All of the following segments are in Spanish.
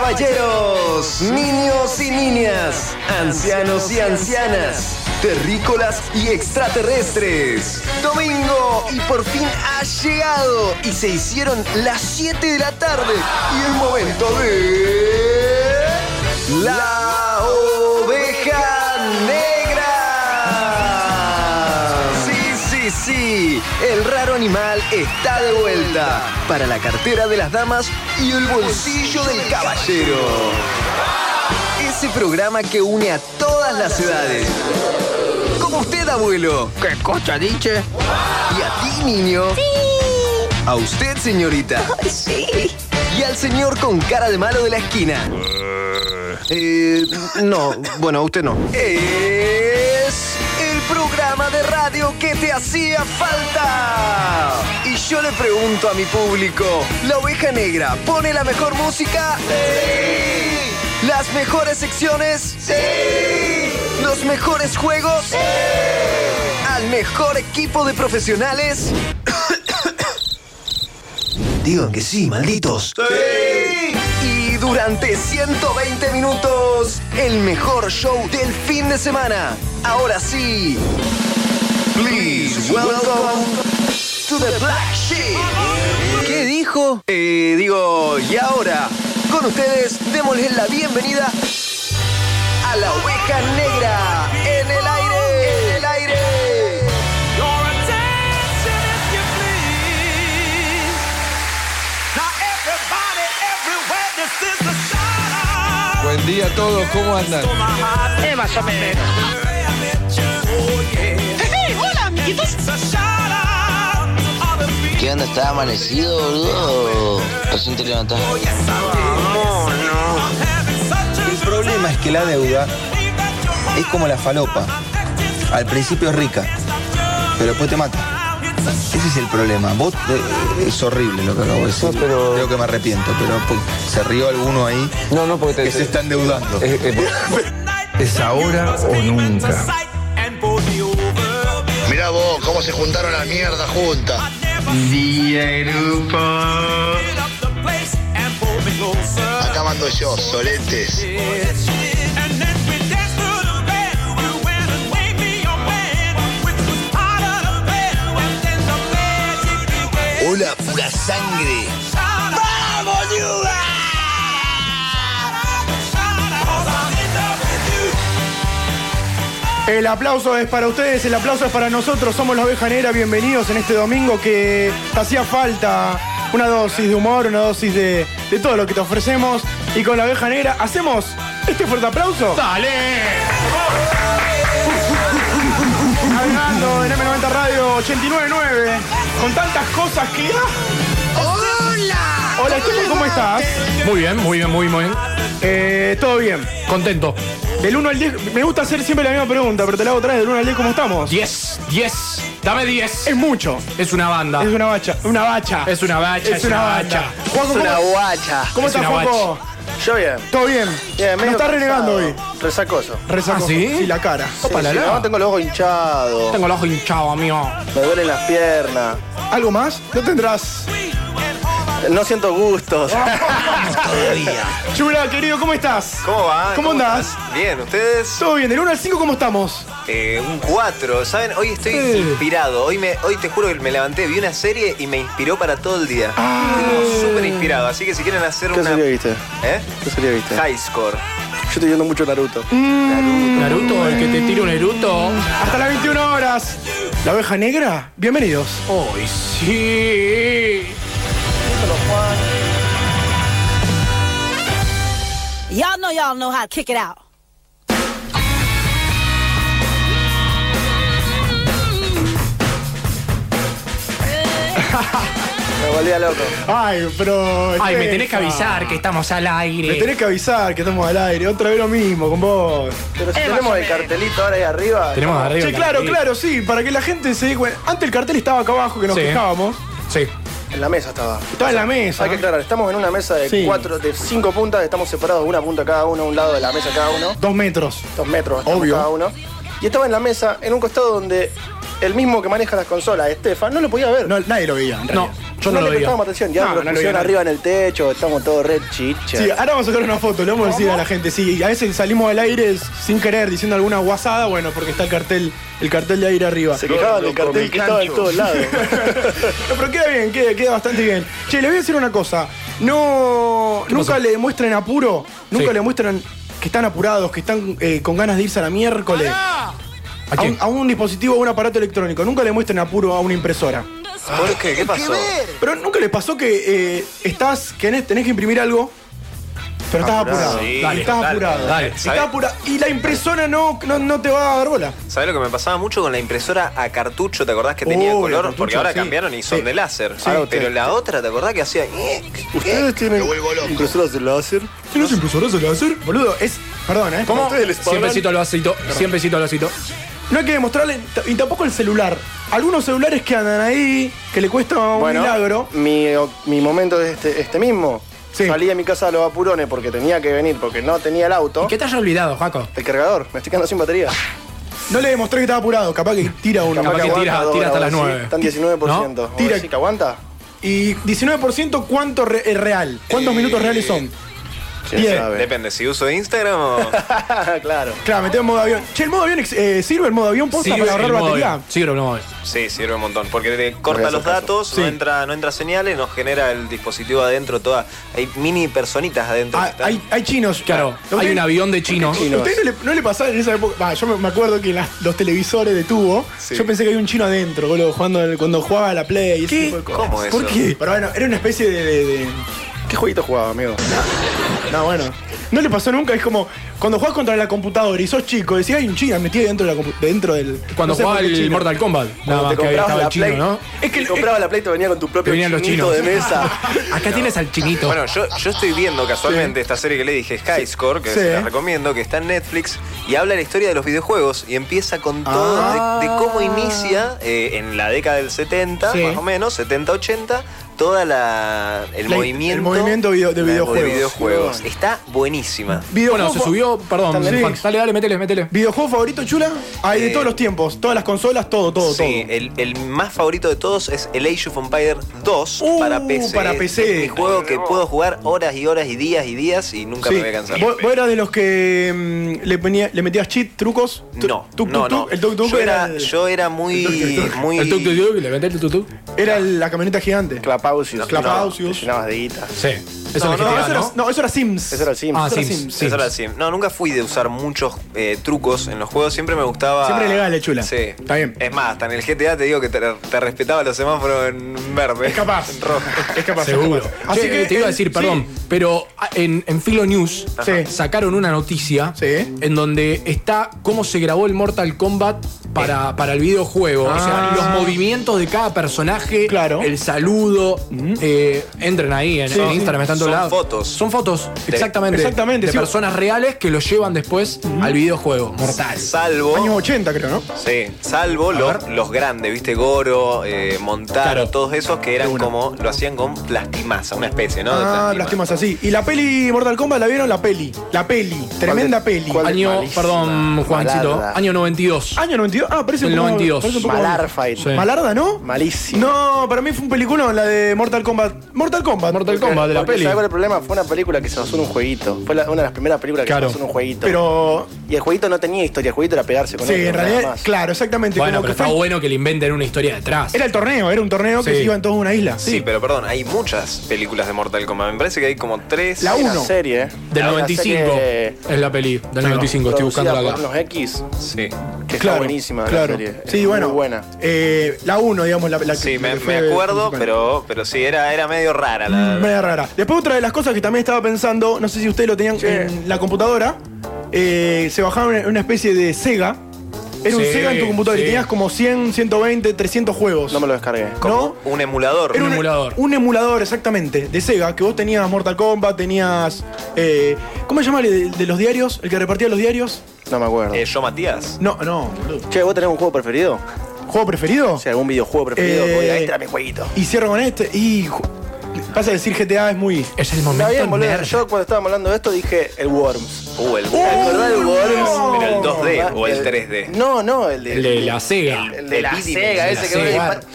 caballeros, niños y niñas, ancianos y ancianas, terrícolas y extraterrestres. Domingo y por fin ha llegado y se hicieron las 7 de la tarde y el momento de la oveja negra. Sí, sí, sí, el raro animal está de vuelta para la cartera de las damas y el bolsillo del caballero. Ese programa que une a todas las edades. Como usted, abuelo. ¿Qué cosa dice? Y a ti, niño. A usted, señorita. Y al señor con cara de malo de la esquina. Eh, no, bueno, usted no. Es el programa de radio que te hacía falta. Y yo le pregunto a mi público, ¿la oveja negra pone la mejor música? Sí. ¿Las mejores secciones? Sí. ¿Los mejores juegos? Sí. ¿Al mejor equipo de profesionales? Digan que sí, malditos. Y durante 120 minutos, el mejor show del fin de semana. Ahora sí. Please welcome to the Black Sheep. ¿Qué dijo? Eh, digo, y ahora, con ustedes, démosles la bienvenida a la oveja negra en el aire. En el aire. Your attention, if you please. Now, everybody, everywhere, this is the sound. Buen día a todos, ¿cómo andan? Oh, my heart, Eh, más o menos. everywhere I met you, oh, yeah. ¡Hey! ¡Hola, amiguitos! It's a shout out to all the people. ¿Qué onda? ¿Estás amanecido, boludo? Recién te levantás. Oh, yes, I did. I'm having such a El problema es que la deuda dream that you're es como la falopa. Al principio es rica, pero después te mata. mine. It's a Ese es el problema. Vos eh, es horrible lo que acabo de decir. pero- Creo que me arrepiento, pero po- se rió alguno ahí No, no, porque te. que se está endeudando. es- es- ¿Es ahora o nunca? sight and body over. Mirá vos, cómo se juntaron la mierda juntas. Get up the place and pull me closer. Acá mando yo, soletes. And then we danced through the bed. You went and made me your bed, which was part of the bed. And then the magic began. Hola, pura sangre. Shout out. Shout out. 'Cause I'm in love with you. El aplauso es para ustedes, el aplauso es para nosotros. Somos la Oveja Negra, bienvenidos en este domingo que te hacía falta una dosis de humor, una dosis de, de todo lo que te ofrecemos. Y con la Oveja Negra hacemos este fuerte aplauso. ¡Dale! Navegando en M90 Radio 899 con tantas cosas que. ¡Hola! Hola, Esteban, ¿cómo estás? Muy bien, muy bien, muy muy bien. Eh, todo bien. Contento. Del 1 al 10, me gusta hacer siempre la misma pregunta, pero te la hago otra vez. Del 1 al 10, ¿cómo estamos? 10, 10. Dame 10. Es mucho. Es una banda. Es una bacha. Una bacha. Es una bacha, es una bacha. banda. Juaco, ¿cómo, guacha. cómo es estás, una Juaco? Yo bien. ¿Todo bien? no medio estás renegando hoy. Resacoso. Resacoso. ¿Ah, sí? la cara. Opa, la, la. No, tengo los ojos hinchados. Tengo el ojo hinchado, amigo. Me duelen las piernas. ¿Algo más? No tendrás. No siento gustos. Chula, querido, ¿cómo estás? ¿Cómo van? ¿Cómo andás? Bien, ¿ustedes? Todo bien. Del 1 al 5, ¿cómo estamos? Eh, un 4, ¿saben? Hoy estoy Sí. inspirado. Hoy, me, hoy te juro que me levanté, vi una serie y me inspiró para todo el día. Estoy Ah. como súper inspirado. Así que si quieren hacer una. viste? ¿Eh? ¿Qué serie viste? High score. Yo estoy viendo mucho Naruto. Naruto, el que te tira un eruto. Hasta las 21 horas. ¿La oveja negra? Bienvenidos. Hoy sí. Y'all know y'all know how to kick it out. Me volví loco. Ay, pero. Ay, me tenés Estefa. que avisar que estamos al Me tenés aire. que avisar que estamos al aire. Otra vez lo mismo con vos. Pero si Eh, más tenemos o el menos. cartelito ahora ahí arriba. Tenemos arriba. Sí, el claro, cartel. claro, sí. Para que la gente se dé cuenta. Antes el cartel estaba acá abajo que nos Sí. quejábamos. Sí. En la mesa estaba. Estaba en la mesa. Hay que aclarar, estamos en una mesa de Ah. Sí. cuatro, de cinco puntas, estamos separados de una punta cada uno, un lado de la mesa cada uno, Dos metros. dos metros estamos Obvio. cada uno. Y estaba en la mesa, en un costado donde el mismo que maneja las consolas, Estefan, no lo podía ver. No, nadie lo veía. en No, realidad. Yo no, le lo veía. prestábamos atención, ya No, me lo no lo pusieron veía. arriba en el techo, estamos todos re chicha. Sí, ah, ahora vamos a sacar una foto, le vamos a decir a la gente. Sí, a veces salimos al aire sin querer, diciendo alguna guasada, bueno, porque está el cartel, el cartel de aire arriba. Se quejaban del cartel que estaba en todos lados. No, pero queda bien, queda, queda bastante bien. Che, le voy a decir una cosa. No. Nunca le demuestren apuro. Nunca le muestran que están apurados, que están eh, con ganas de irse a la miércoles. ¿A, un, a un dispositivo o un aparato electrónico. Nunca le muestren apuro a una impresora. Ah, ¿Por qué? ¿Qué pasó? Pero nunca les pasó que eh, estás, que tenés- tenés que imprimir algo, pero estás Apurado. apurado. Sí. Dale, estás dale, apurado. dale. Estás ¿Sabés? apurado. Y la impresora no, no, no te va a dar bola. ¿Sabes lo que me pasaba mucho con la impresora a cartucho? ¿Te acordás que tenía Oh, la color? cartucho, Porque ahora sí. cambiaron y son Sí. de láser. Sí. pero la otra, ¿te acordás que hacía? ¿Ustedes tienen impresoras de láser? ¿Tienes impresoras de láser? Boludo, es. Perdón, ¿eh? ¿Cómo? Ustedes les Cien pagan- pesitos al vasito. Perdón. Cien pesitos al vasito. No hay que demostrarle. t- Y tampoco el celular. Algunos celulares que andan ahí, que le cuesta un Bueno, milagro. mi, o- mi momento es este, este mismo. Salí de mi casa a los apurones porque tenía que venir, porque no tenía el auto. ¿Qué te has olvidado, Jaco? El cargador, me estoy quedando sin batería. No le demostré que estaba apurado, capaz que tira uno. Capaz que Capaz que tira- aguanta tira dos hasta horas, las ¿sí? nueve. Están 19%. ¿Vos Tira. decís que aguanta? Y 19% cuánto re- es real. ¿Cuántos minutos reales son? ¿Quién Bien. sabe? Depende, si uso Instagram o. claro. Claro, metemos modo avión. Che, el modo avión ex- eh, sirve el modo avión posta para ahorrar batería. Sí, pero no. Sí, sirve un montón. Porque te corta los datos, no, entra, no entra señales, nos genera el dispositivo adentro toda. Hay mini personitas adentro. que están- Ah, Hay, hay chinos. Claro, hay un avión de chinos. ¿A ustedes no le, no le pasaba en esa época? Va, yo me, me acuerdo que en las- los televisores de tubo, Sí. yo pensé que había un chino adentro, boludo, jugando al- cuando jugaba a la Play y ese tipo de cosas. ¿Cómo eso? ¿Por qué? Pero bueno, era una especie de. de- de- ¿Qué jueguito jugaba, amigo? No, bueno. No le pasó nunca, es como cuando jugás contra la computadora y sos chico, decís, hay un chino metido dentro, de la compu- dentro del. Cuando no sé jugaba por qué el chino. Mortal Kombat. Nada Cuando más te que ahí comprabas estaba el la chino, Play- ¿no? Es que compraba la Play, te venía con tu propio venían los chinito chinos. de mesa. Acá tienes al chinito. Bueno, yo, yo estoy viendo casualmente esta serie que le dije, Sky Score, que Sí. se la recomiendo, que está en Netflix, y habla la historia de los videojuegos y empieza con todo Ah. de, de cómo inicia eh, en la década del 70, Sí. más o menos, 70-80, toda la el La- movimiento, el movimiento video- de la- videojuegos. videojuegos. Está buenísima. bueno, se subió, perdón. También. Juan. Dale, dale, métele, métele. ¿Videojuego favorito, chula? Hay de todos los tiempos, todas las consolas, todo, todo, todo. Sí, el, el más favorito de todos es el Age of Empire 2 para PC. Uh, para PC. Es mi juego que puedo jugar horas y horas y días y días y nunca me voy a cansar. ¿Vos, vos eras de los que mm, le, ponía- le metías cheat, trucos? Tu- No, tuc, no, tuc, no. tuc, El tuk tuk yo era, era, el- yo era muy, muy. El tuk tuk tuk, le vendés el tuk tuk. era el- la camioneta gigante. Clapausius. Clapausius. Te llenabas de guita. Sí. Eso no, es no, GTA, eso ¿no? era, no, eso era Sims. Eso era Sims. Ah, Eso era Sims, Sí, eso era así. No, nunca fui de usar muchos eh, trucos en los juegos. Siempre me gustaba. Siempre legal, eh, chula. Sí. Está bien. Es más, hasta en el GTA te digo que te, te respetaba los semáforos en verde. Es capaz. En rojo. Es capaz. Seguro. Así Che, que te iba a el- decir, perdón, pero ah, en, en Filo News Ajá. sacaron una noticia en donde está cómo se grabó el Mortal Kombat para, para el videojuego. O sea, Eh. Ah. los movimientos de cada personaje, el saludo. eh, entren ahí en, Sí, en sí. Instagram, están en Son todos lados. fotos. Son fotos, exactamente. exactamente, De sí. personas reales que lo llevan después al videojuego. Mortal. Salvo. Años 80, creo, ¿no? Sí, salvo los, los grandes, viste, Goro, eh, Montaro, todos esos que eran como, lo hacían con plastimasa, una especie, ¿no? De Ah, plastimasa. lastimas así. ¿Y la peli Mortal Kombat la vieron? La peli. La peli. Tremenda peli. Año, perdón, Juancito. Malarda. Año 92. Año 92. Ah, parece un El poco- 92. parece un poco- Malar fight. Sí. Malarda, ¿no? Malísimo. No, para mí fue un peliculón la de Mortal Kombat. Mortal Kombat. Mortal Porque, ¿sabes cuál es el problema? Fue una película que se basó en un jueguito. Fue la- una de las primeras películas que Claro. se basó en un jueguito. Pero. Y el jueguito no tenía historia, el jueguito era pegarse con Sí, otro, en nada realidad, más. claro, exactamente. Bueno, como pero que fue- está bueno que le inventen una historia detrás. Era el torneo, era un torneo que Sí. se iba en toda una isla. Sí, pero perdón, hay muchas películas de Mortal Kombat. Me parece que hay como tres. La uno. serie, Del 95 es la peli. Del 95, estoy Producida buscándola por acá. los X, Sí. que está buenísima claro. la serie. Sí, Es bueno. Muy buena. eh, la 1, digamos, la, la que- Sí, me, la que fue me acuerdo, principal. Mm, pero, pero sí, era, era medio rara la. Media rara. Después otra de las cosas que también estaba pensando, no sé si ustedes lo tenían en la computadora, eh, se bajaron en una especie de Sega. Era un Sí, Sega en tu computadora y sí. tenías como 100, 120, 300 juegos. No me lo descargué. ¿No? Un emulador. Eh, Era Un emulador, exactamente, de Sega, que vos tenías Mortal Kombat, tenías... eh, ¿Cómo se llama el de, de los diarios? ¿El que repartía los diarios? No me acuerdo. Eh, yo, Matías. No, no. Che, ¿vos tenés un juego preferido? ¿Juego preferido? Sí, algún videojuego preferido. Eh, Oye, ahí está mi jueguito. Y cierro con este. Y... ju- Pasa a decir GTA es muy... Es el Está bien, boludo. Yo cuando estábamos hablando de esto dije el Worms. Uh, el ¿Te acordás del Worms? Era el 2D o el 3D. No, no, el de, El de la Sega. el de la Sega, ese que vos le disparás.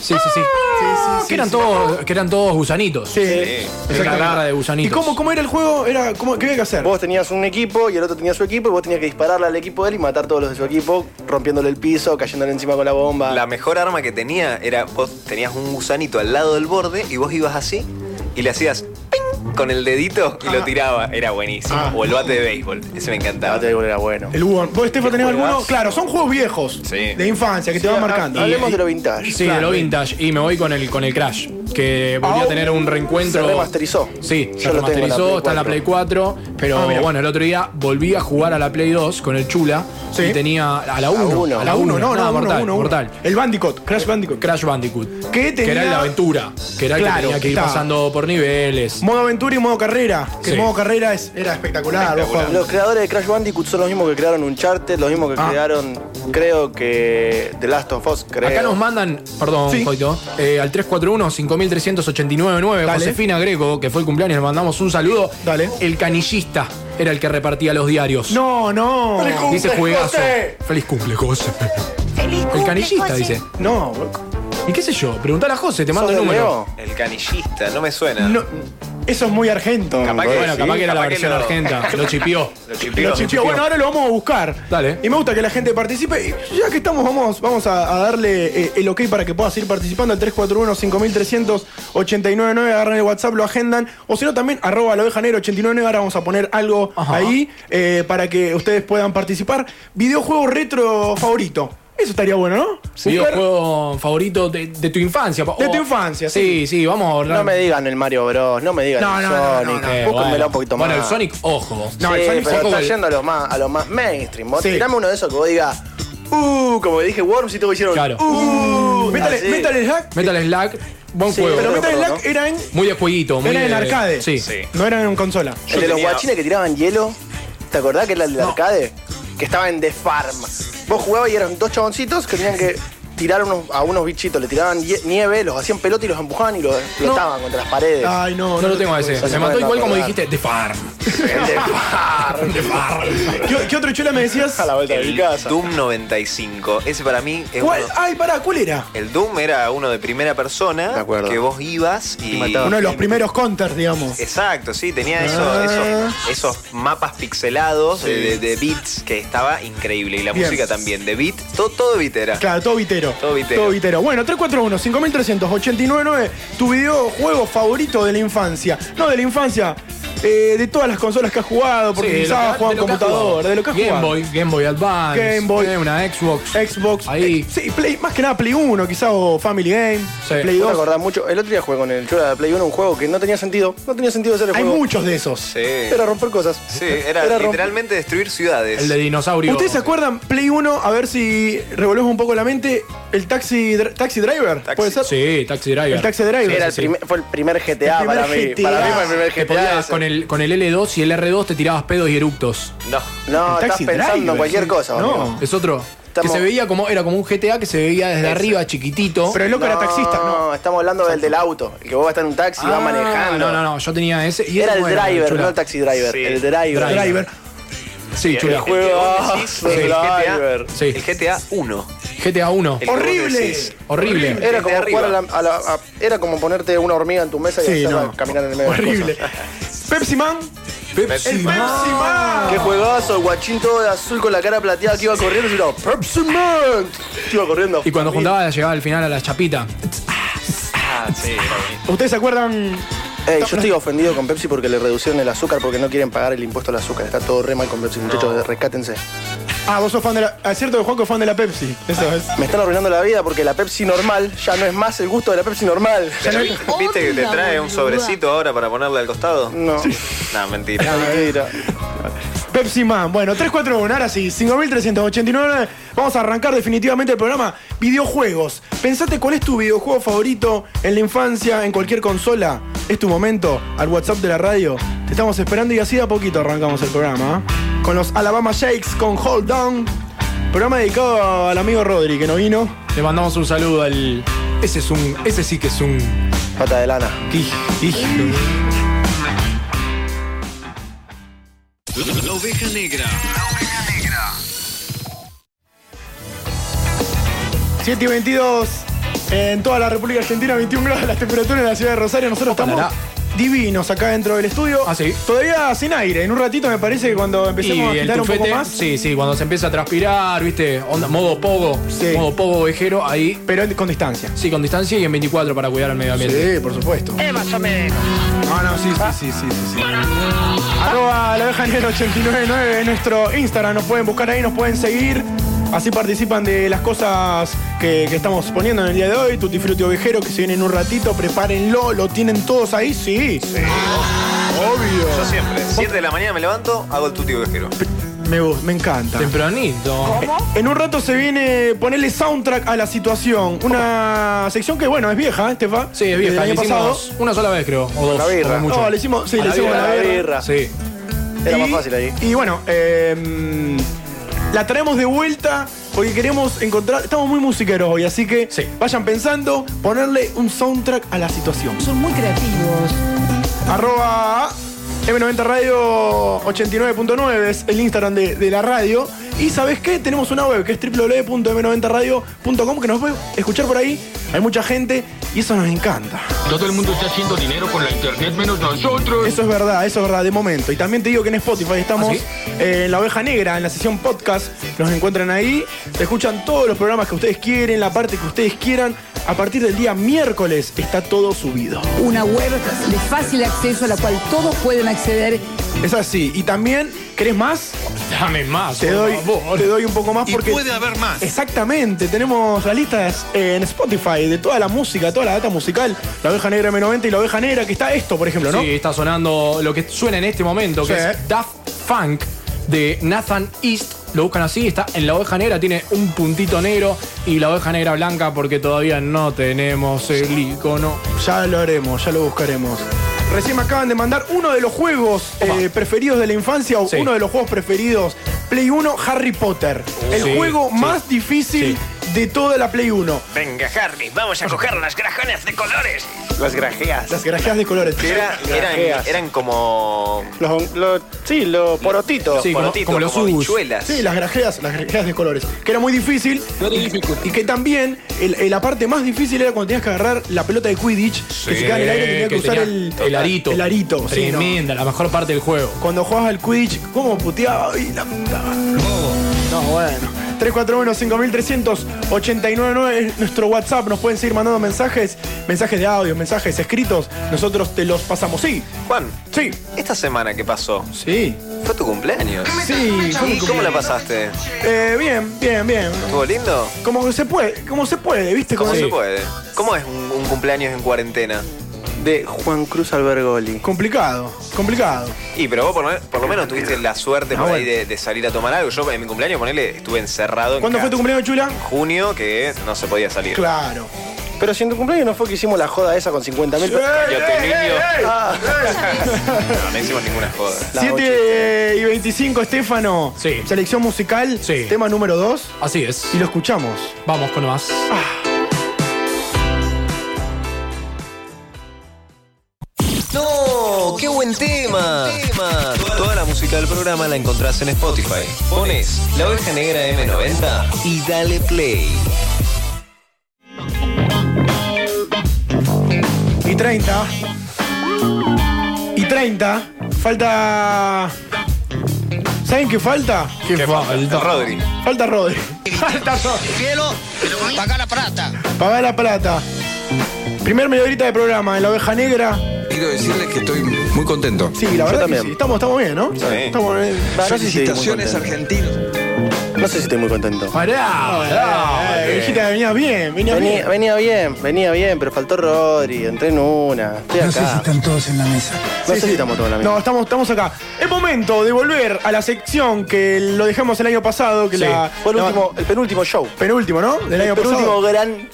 Sí, sí, sí. que, eran todos, que eran todos gusanitos. Sí. la guerra de ¿Y gusanitos. cómo, cómo era el juego? Era, ¿cómo, ¿Qué había que hacer? Vos tenías un equipo y el otro tenía su equipo y vos tenías que dispararle al equipo de él y matar todos los de su equipo, rompiéndole el piso, cayéndole encima con la bomba. La mejor arma que tenía era vos tenías un gusanito al lado del borde y vos ibas así y le hacías ping con el dedito y lo tiraba. Era buenísimo. Ah. O el bate de béisbol. Ese me encantaba. El bate de béisbol era bueno. El Hugo. ¿Vos, Estefa, tenés juegas? alguno? Claro, son juegos viejos. De infancia, que te van marcando. Y- Sí, de lo vintage. Y me voy con el, con el Crash, que volví a tener un reencuentro. Se remasterizó. Sí, se Yo lo tengo en la Play remasterizó, está en la Play 4. Pero Ah, mira. bueno, el otro día volví a jugar a la Play 2 con el Chula. Y tenía a la 1. A la 1, no, no, uno, uno, mortal, uno. mortal. El Bandicoot, Crash Bandicoot. Crash Bandicoot. Que tenía- era la aventura. Que era el Claro, que tenía que ir estaba. pasando por niveles. Modo aventura y modo carrera. Que Sí. el modo carrera es- era espectacular. vos jugabas. Los creadores de Crash Bandicoot son los mismos que crearon Uncharted, los mismos que Ah. crearon, creo que The Last of Us, creo. Acá nos mandan, perdón, Sí. Joito, eh, al 341-53899, Dale. Josefina Greco, que fue el cumpleaños, le mandamos un saludo. Dale. El canillista era el que repartía los diarios. No, no. Dice juegazo. Feliz cumple, José. el canillista, José. dice. No, ¿Y qué sé yo? Preguntale a José, te mando el número. El canillista, no me suena. No, eso es muy argento. Capaz que bueno, sí, capaz que era la capaz que versión lo- argenta. Lo chipió. Lo Lo chipió. Bueno, ahora lo vamos a buscar. Dale. Y me gusta que la gente participe. Y ya que estamos, vamos, vamos a, a darle eh, el ok para que puedas ir participando al 341-5389-9. Agarran el WhatsApp, lo agendan. O si no, también arroba la oveja negra 899. Ahora vamos a poner algo ahí eh, para que ustedes puedan participar. Videojuego retro favorito. Eso estaría bueno, ¿no? Buscar- Videojuego favorito de, de tu infancia. De tu infancia, Sí, sí, sí. vamos a ahorrar. No me digan el Mario Bros, no me digan No, el no, no, no, Sonic. no. Eh, Búsquenmelo Bueno. un poquito más. Bueno, el Sonic, ojo. No, Sí, el Sonic pero pero está el- yendo a los más, a los más mainstream. Vos Sí. tirame uno de esos que vos digas, uh, como dije Worms y todo hicieron. Claro. Uh, Metal- así. Metal Slack. Metal Slack, buen Sí, juego. pero Metal Slack Black Era en, Muy de jueguito, muy era de- en arcade. Sí. No era en consola. El de los guachines que tiraban hielo. ¿Te acordás que era el del arcade? Que estaba en The Farm. Vos jugabas y eran dos chaboncitos que tenían que tirar unos- a unos bichitos. Le tiraban hie- nieve, los hacían pelota y los empujaban y los explotaban contra las paredes. Ay, no, No, lo tengo a ese. eso. Se mató No, igual como acordar. dijiste, The Farm. ¿Qué, qué otro chula me decías? A la vuelta El Doom 95. Ese para mí es ¿Cuál? uno- Ay, pará, ¿cuál era? El Doom era uno de primera persona que vos ibas y, Uno de los primeros counters, digamos. Exacto, sí, tenía Ah. esos, esos, esos mapas pixelados de, de- de beats que estaba increíble. Y la Bien. música también, de beat, todo, todo beat era. Claro, todo vitero. Todo vitero. Todo vitero. Bueno, 341-5389, tu videojuego favorito de la infancia. No, de la infancia, eh, de todas las consolas que has jugado, porque Sí, de lo quizás que- de juegan lo que has computador, jugado. de lo que has Game jugado. Boy, Game Boy Advance. Game Boy. eh, una Xbox. Xbox. eh, Ahí. Sí, Play- más que nada Play 1, quizás, o Family Game, Play Vos te 2. acordás mucho. El otro día jugué con el Chula de Play 1 un juego que no tenía sentido. No tenía sentido hacer el Hay juego. muchos de esos. Sí. Era romper cosas. Sí, era, Era romper- literalmente destruir ciudades. ¿Ustedes se acuerdan, Play 1, a ver si revolvemos un poco la mente, el Taxi, dr- taxi Driver? ¿Puede ser? Sí, Taxi Driver. El Taxi Driver. Era el primer- fue el primer GTA El primer para mí. GTA. Para mí fue el primer Te GTA. podías- ese. con, el, con el L2 y el R2 te tirabas pedos y eructos. No. No, El estás Taxi pensando Driver, en cualquier sí. cosa. No, amigo. es otro. Estamos- Que se veía como, era como un GTA que se veía desde arriba, chiquitito. No, estamos hablando del del auto. El que vos vas a estar en un taxi y vas Ah, manejando. No, no, no, yo tenía ese. Y Era ese el bueno, driver, chula. no el taxi driver. Sí. El driver. Driver. Sí, el, chula. el que vos decís, el GTA, Sí. el GTA 1. GTA 1. El que vos Horrible. decís. Horrible. Era como, jugar a la- a la- a- era como ponerte una hormiga en tu mesa y Sí, hacerla no. caminar en el medio. Horrible. Pepsi Man. Pepsi el Pepsi Man. Ah. Qué juegazo, el guachín todo de azul con la cara plateada que iba corriendo y tiraba Pepsi Man. Iba corriendo. Y cuando juntaba llegaba al final a la chapita. ¿Ustedes se acuerdan? Ey, Eh, yo estoy ofendido con Pepsi porque le reducieron el azúcar porque no quieren pagar el impuesto al azúcar. Está todo re mal con Pepsi, muchachos, rescátense. Ah, vos sos fan de la. ah, Es cierto que Juanco es fan de la Pepsi. Eso es. Me están arruinando la vida porque la Pepsi normal ya no es más el gusto de la Pepsi normal. Pero ¿Viste viste que te trae un sobrecito ahora para ponerle al costado? No. No, mentira. Pepsi Man. Bueno, 341, ahora sí, 5389. Vamos a arrancar definitivamente el programa. Videojuegos. Pensate cuál es tu videojuego favorito en la infancia, en cualquier consola. Es tu momento. Al WhatsApp de la radio. Te estamos esperando y así de a poquito arrancamos el programa. ¿eh? Con los Alabama Shakes, con Hold Down. Programa dedicado al amigo Rodri, que no vino. Le mandamos un saludo al. Ese es un. Ese sí que es un. Pata de lana. La oveja negra. 7 y 22. En toda la República Argentina, 21 grados la temperatura en la ciudad de Rosario. Nosotros estamos divinos acá dentro del estudio. Todavía sin aire. En un ratito me parece que cuando empecemos Ah, Y a el quitar un poco tufete, más. Sí, sí, cuando se empieza a transpirar, ¿viste? Onda, modo pogo, modo pogo ovejero, ahí. Pero con distancia. Sí, con distancia y en 24 para cuidar al medio ambiente. Sí, por supuesto. Es más o menos. No, no, sí, sí, sí, sí, sí. sí. Arroba la oveja negra 899 en nuestro Instagram. Nos pueden buscar ahí, nos pueden seguir. Así participan de las cosas que, que estamos poniendo en el día de hoy. Tutti Frutti Ovejero, que se viene en un ratito. Prepárenlo, lo tienen todos ahí, sí. Obvio. Yo siempre, 7 de la mañana me levanto, hago el tuti ovejero. Me, gu- me encanta. Tempranito. Eh, En un rato se viene ponerle soundtrack a la situación. Una sección que, bueno, es vieja, Estefa. Sí, Es vieja, le hicimos una sola vez, creo. O dos. Oh, La birra. o mucho. No, le hicimos- sí, A le la hicimos birra. la birra. Sí. Era más fácil ahí. Y bueno, eh, la traemos de vuelta porque queremos encontrar. Estamos muy musiqueros hoy, así que vayan pensando ponerle un soundtrack a la situación. Son muy creativos. Arroba M90 Radio 89.9 es el Instagram de, de la radio. Y sabes qué? Tenemos una web que es www.m90radio.com que nos puede escuchar por ahí. Hay mucha gente y eso nos encanta. Todo el mundo está haciendo dinero con la internet menos nosotros. ¿Ah, Eso es verdad, eso es verdad, de momento. Y también te digo que en Spotify estamos eh, en La Oveja Negra, en la sesión podcast. Nos encuentran ahí, te escuchan todos los programas que ustedes quieren, la parte que ustedes quieran. A partir del día miércoles está todo subido. Una web de fácil acceso a la cual todos pueden acceder. Es así. Y también, ¿querés más? Dame más. Te por doy, favor. te doy un poco más Y porque. puede haber más. Exactamente. Tenemos las listas eh, en Spotify de toda la música, toda la data musical. La oveja negra M90 y la oveja negra, que está esto, por ejemplo, ¿no? Sí, está sonando lo que suena en este momento, que Sí. es Daft Funk de Nathan East. Lo buscan así, está en la oveja negra, tiene un puntito negro y la oveja negra blanca porque todavía no tenemos el icono. Ya lo haremos, ya lo buscaremos. Recién me acaban de mandar uno de los juegos eh, preferidos de la infancia o uno de los juegos preferidos. Play 1, Harry Potter. Uh, El Sí, juego más difícil de toda la Play 1. Venga, Harry, vamos a coger las grajones de colores. Las grajeas. Las grajeas de colores. Que era- eran, Grajeas. eran como. Los, los- sí, los porotitos. Sí, como- Porotitos, como los como ubus. habichuelas. Sí, las grajeas, las grajeas de colores. Que era muy difícil. y, y que también el- el- la parte más difícil era cuando tenías que agarrar la pelota de Quidditch, que se quedaba en el aire y tenías que, usar el, Eh, el arito. El arito, sí, ¿no? Tremenda, la mejor parte del juego. Cuando jugabas al Quidditch, ¿cómo puteaba? Ay, la puta madre. No, bueno. 341-5300-899 es nuestro WhatsApp. Nos pueden seguir mandando mensajes, mensajes de audio, mensajes escritos. Nosotros te los pasamos. Sí, Juan. Sí. Esta semana que pasó. Sí. Fue tu cumpleaños. Sí, fue mi ¿Y cómo cumpleaños. la pasaste? eh, bien, bien, bien. ¿Estuvo lindo? Como que se puede, como se puede, ¿viste? ¿Cómo Como se puede? ¿Cómo es un, un cumpleaños en cuarentena? De Juan Cruz Albergoli. Complicado, complicado. Y pero vos por, lo- por lo menos tuviste la suerte por Ah, ahí de, de salir a tomar algo. Yo en mi cumpleaños, ponele, estuve encerrado en ¿Cuándo fue tu cumpleaños, Chula? cumpleaños? junio que no se podía salir. Claro. Pero si en tu cumpleaños no fue que hicimos la joda esa con 50 mil. Cállate, niño. Ah. No, no hicimos ninguna joda. 7 y 25, Estefano. Sí. Selección musical, tema número 2. Así es. Y lo escuchamos. Vamos con más. Ah, ¡No! ¡Qué buen tema! Toda la música del programa la encontrás en Spotify. Pones La Oveja Negra M90 y dale play. Y 30. Y 30. Falta. ¿Saben qué falta? ¿Qué, falta? Rodri. Falta Rodri. Falta Rodri. Cielo, paga la plata. Pagá la plata. Primer mediodita de programa en la oveja negra. Quiero decirles que estoy muy contento. Sí, la verdad que sí. Estamos, estamos bien, ¿no? Sí. Estamos bien. Felicitaciones argentinos. No sé si estoy muy contento. Pará, pará. eh. Ah, Dijiste que venías bien, venías venía, bien. venía bien, venía bien, pero faltó Rodri, entré en una. Estoy acá. No sé si están todos en la mesa. No sé si estamos todos en la mesa. No, estamos, estamos acá. Es momento de volver a la sección que lo dejamos el año pasado. Que Sí. la, Fue el la- último- el penúltimo show. Penúltimo, ¿no? Del El año penúltimo pasado. gran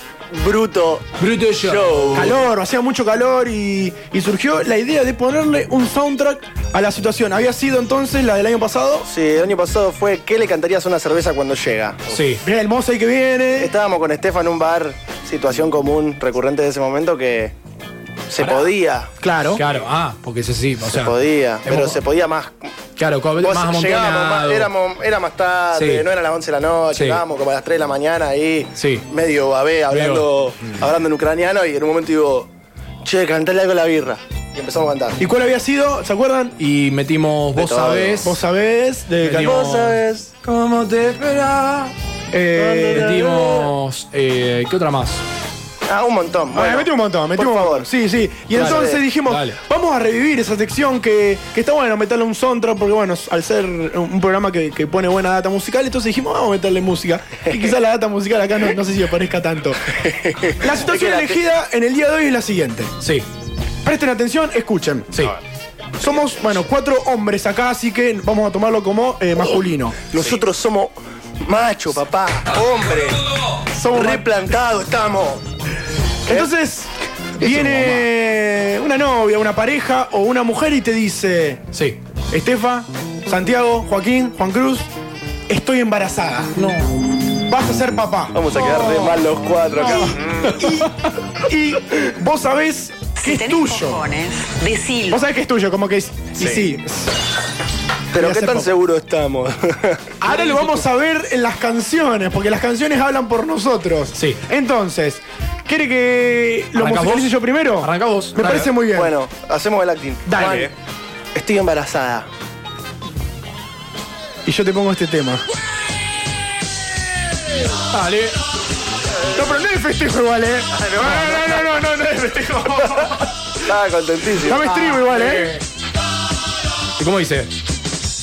bruto. Bruto show. Calor, hacía mucho calor y, y surgió la idea de ponerle un soundtrack a la situación. Había sido entonces la del año pasado. Sí, el año pasado fue ¿Qué le cantarías a una cerveza cuando llega? Sí. Mira el mozo ahí que viene. Estábamos con Estefan en un bar, situación común, recurrente de ese momento que se podía. Claro. Claro, ah, porque es así. O Se sea, podía, hemos- pero se podía más. Claro, co- Vos más llegábamos amontonado. más- éramos- era más tarde, Sí. no eran las 11 de la noche, Sí. llegábamos como a las 3 de la mañana ahí, Sí. medio babé, hablando, Mm. hablando en ucraniano y en un momento digo, che, cantale algo a la birra. Y empezamos a cantar. ¿Y cuál había sido? ¿Se acuerdan? Y metimos De Vos todo. Sabés. Vos sabés. De Metimos- Vos sabés cómo te esperaba. Eh, metimos. eh, ¿Qué otra más? Ah, un montón. Bueno, metí un montón, metí un montón. Sí, sí. Y Dale. entonces dijimos, Dale. vamos a revivir esa sección que, que está bueno meterle un soundtrack, porque bueno, al ser un programa que, que pone buena data musical, entonces dijimos, vamos a meterle música. Y quizá la data musical acá no, no sé si aparezca tanto. La situación Es que la- elegida en el día de hoy es la siguiente. Sí. Presten atención, escuchen. Sí. Somos, bueno, cuatro hombres acá, así que vamos a tomarlo como eh, masculino. Nosotros somos macho, papá. Hombre. Somos ma- replantados, estamos. Entonces, viene una novia, una pareja o una mujer y te dice: Sí. Estefa, Santiago, Joaquín, Juan Cruz, estoy embarazada. No. Vas a ser papá. Vamos a quedar re mal los cuatro acá. Y, y vos sabés que es tuyo. Vos sabés que es tuyo, como que es. Y sí. Pero Voy a qué ser tan papá. seguros estamos. Ahora lo vamos a ver en las canciones, porque las canciones hablan por nosotros. Sí. Entonces, ¿quiere que lo ¿Arrancás musicalice vos? yo primero? Arrancá vos. Me parece muy bien. Bueno, hacemos el acting. Dale. Juan, estoy embarazada. Y yo te pongo este tema. Dale. No, pero no es festejo igual, eh. No, no, no, no, no, no es festejo. Estaba contentísimo. Dame estribo igual, eh. ¿Y cómo dice?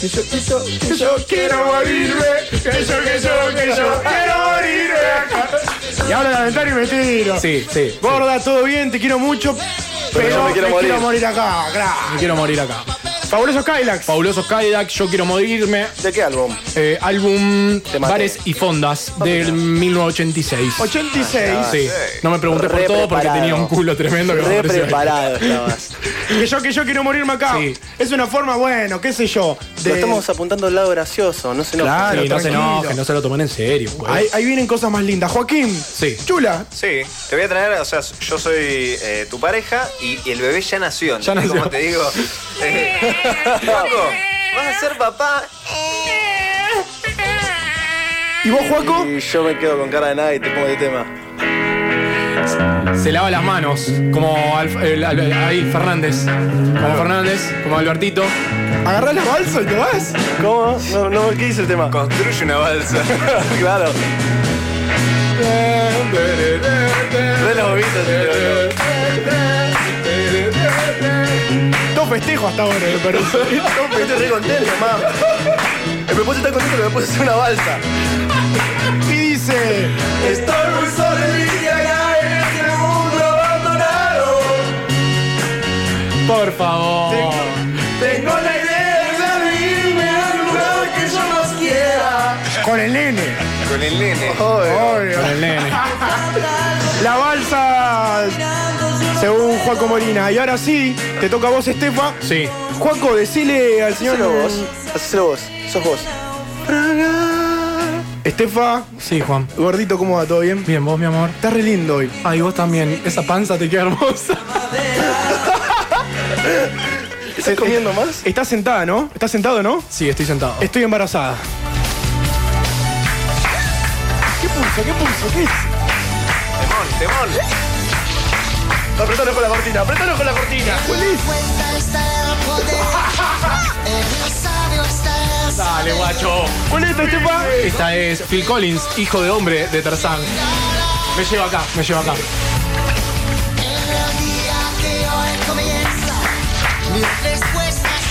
Que yo, que yo, que yo quiero morirme. Que yo, que yo, que yo quiero morirme acá. Y ahora la ventana y me tiro. Sí, sí. Gorda, todo bien, te quiero mucho. Pero, yo me quiero, morir. acá, gra. Me quiero morir acá. Fabulosos Cadillacs. Fabulosos Cadillacs, yo quiero morirme. ¿De qué álbum? Eh, álbum maté. Bares y Fondas del 1986. 86. Sí. No me pregunté por Re todo porque preparado. tenía un culo tremendo que me Re pareció. preparado estabas. Que yo, que yo quiero morirme acá. Sí. Es una forma, bueno, qué sé yo. de- Lo estamos apuntando al lado gracioso, no se nos Claro, Sí, no se tranquilo. enojen, no se lo tomen en serio. pues. ahí, ahí vienen cosas más lindas. Joaquín. Sí. Chula. Sí, te voy a traer, o sea, yo soy eh, tu pareja y, y el bebé ya nació. Ya nació. Como te digo, eh, Juaco, vas a ser papá. ¿Y vos, Juaco? Y yo me quedo con cara de nada y te pongo este tema. Se lava las manos, como Alf- el- al- ahí, Fernández. Como Fernández, como Albertito. Agarrás la balsa y te vas. ¿Cómo? No, no, ¿qué dice el tema? Construye una balsa. claro. De los Eh, bobitos, tío. Dos festejos hasta ahora, me parece. Yo Estoy re contento, mam. Me puse tan contento que me puse a hacer una balsa. Y dice. Estoy muy solo y acá en este mundo abandonado. Por favor. Tengo la idea de irme al lugar que yo más quiera. Con el nene. Con el nene. Obvio. Con el nene. La balsa. Según Juaco Molina. Y ahora sí, te toca a vos, Estefa. Sí. Juaco, decile al señor. Hacelo vos, hacelo vos, sos vos. Estefa, Sí, Juan. gordito, ¿cómo va? ¿Todo bien? Bien, vos, mi amor. Estás re lindo hoy. Ay, vos también. Esa panza te queda hermosa. ¿Estás comiendo más? Estás sentada, ¿no? Estás sentado, ¿no? Sí, estoy sentado. Estoy embarazada. ¿Qué pulso? ¿Qué pulso? ¿Qué es? Temón, temón. Apretanos con la cortina, apretanos con la cortina. Dale, guacho. Con esto, Estefa. Esta es Phil Collins, hijo de hombre de Tarzán. Me llevo acá, me llevo acá.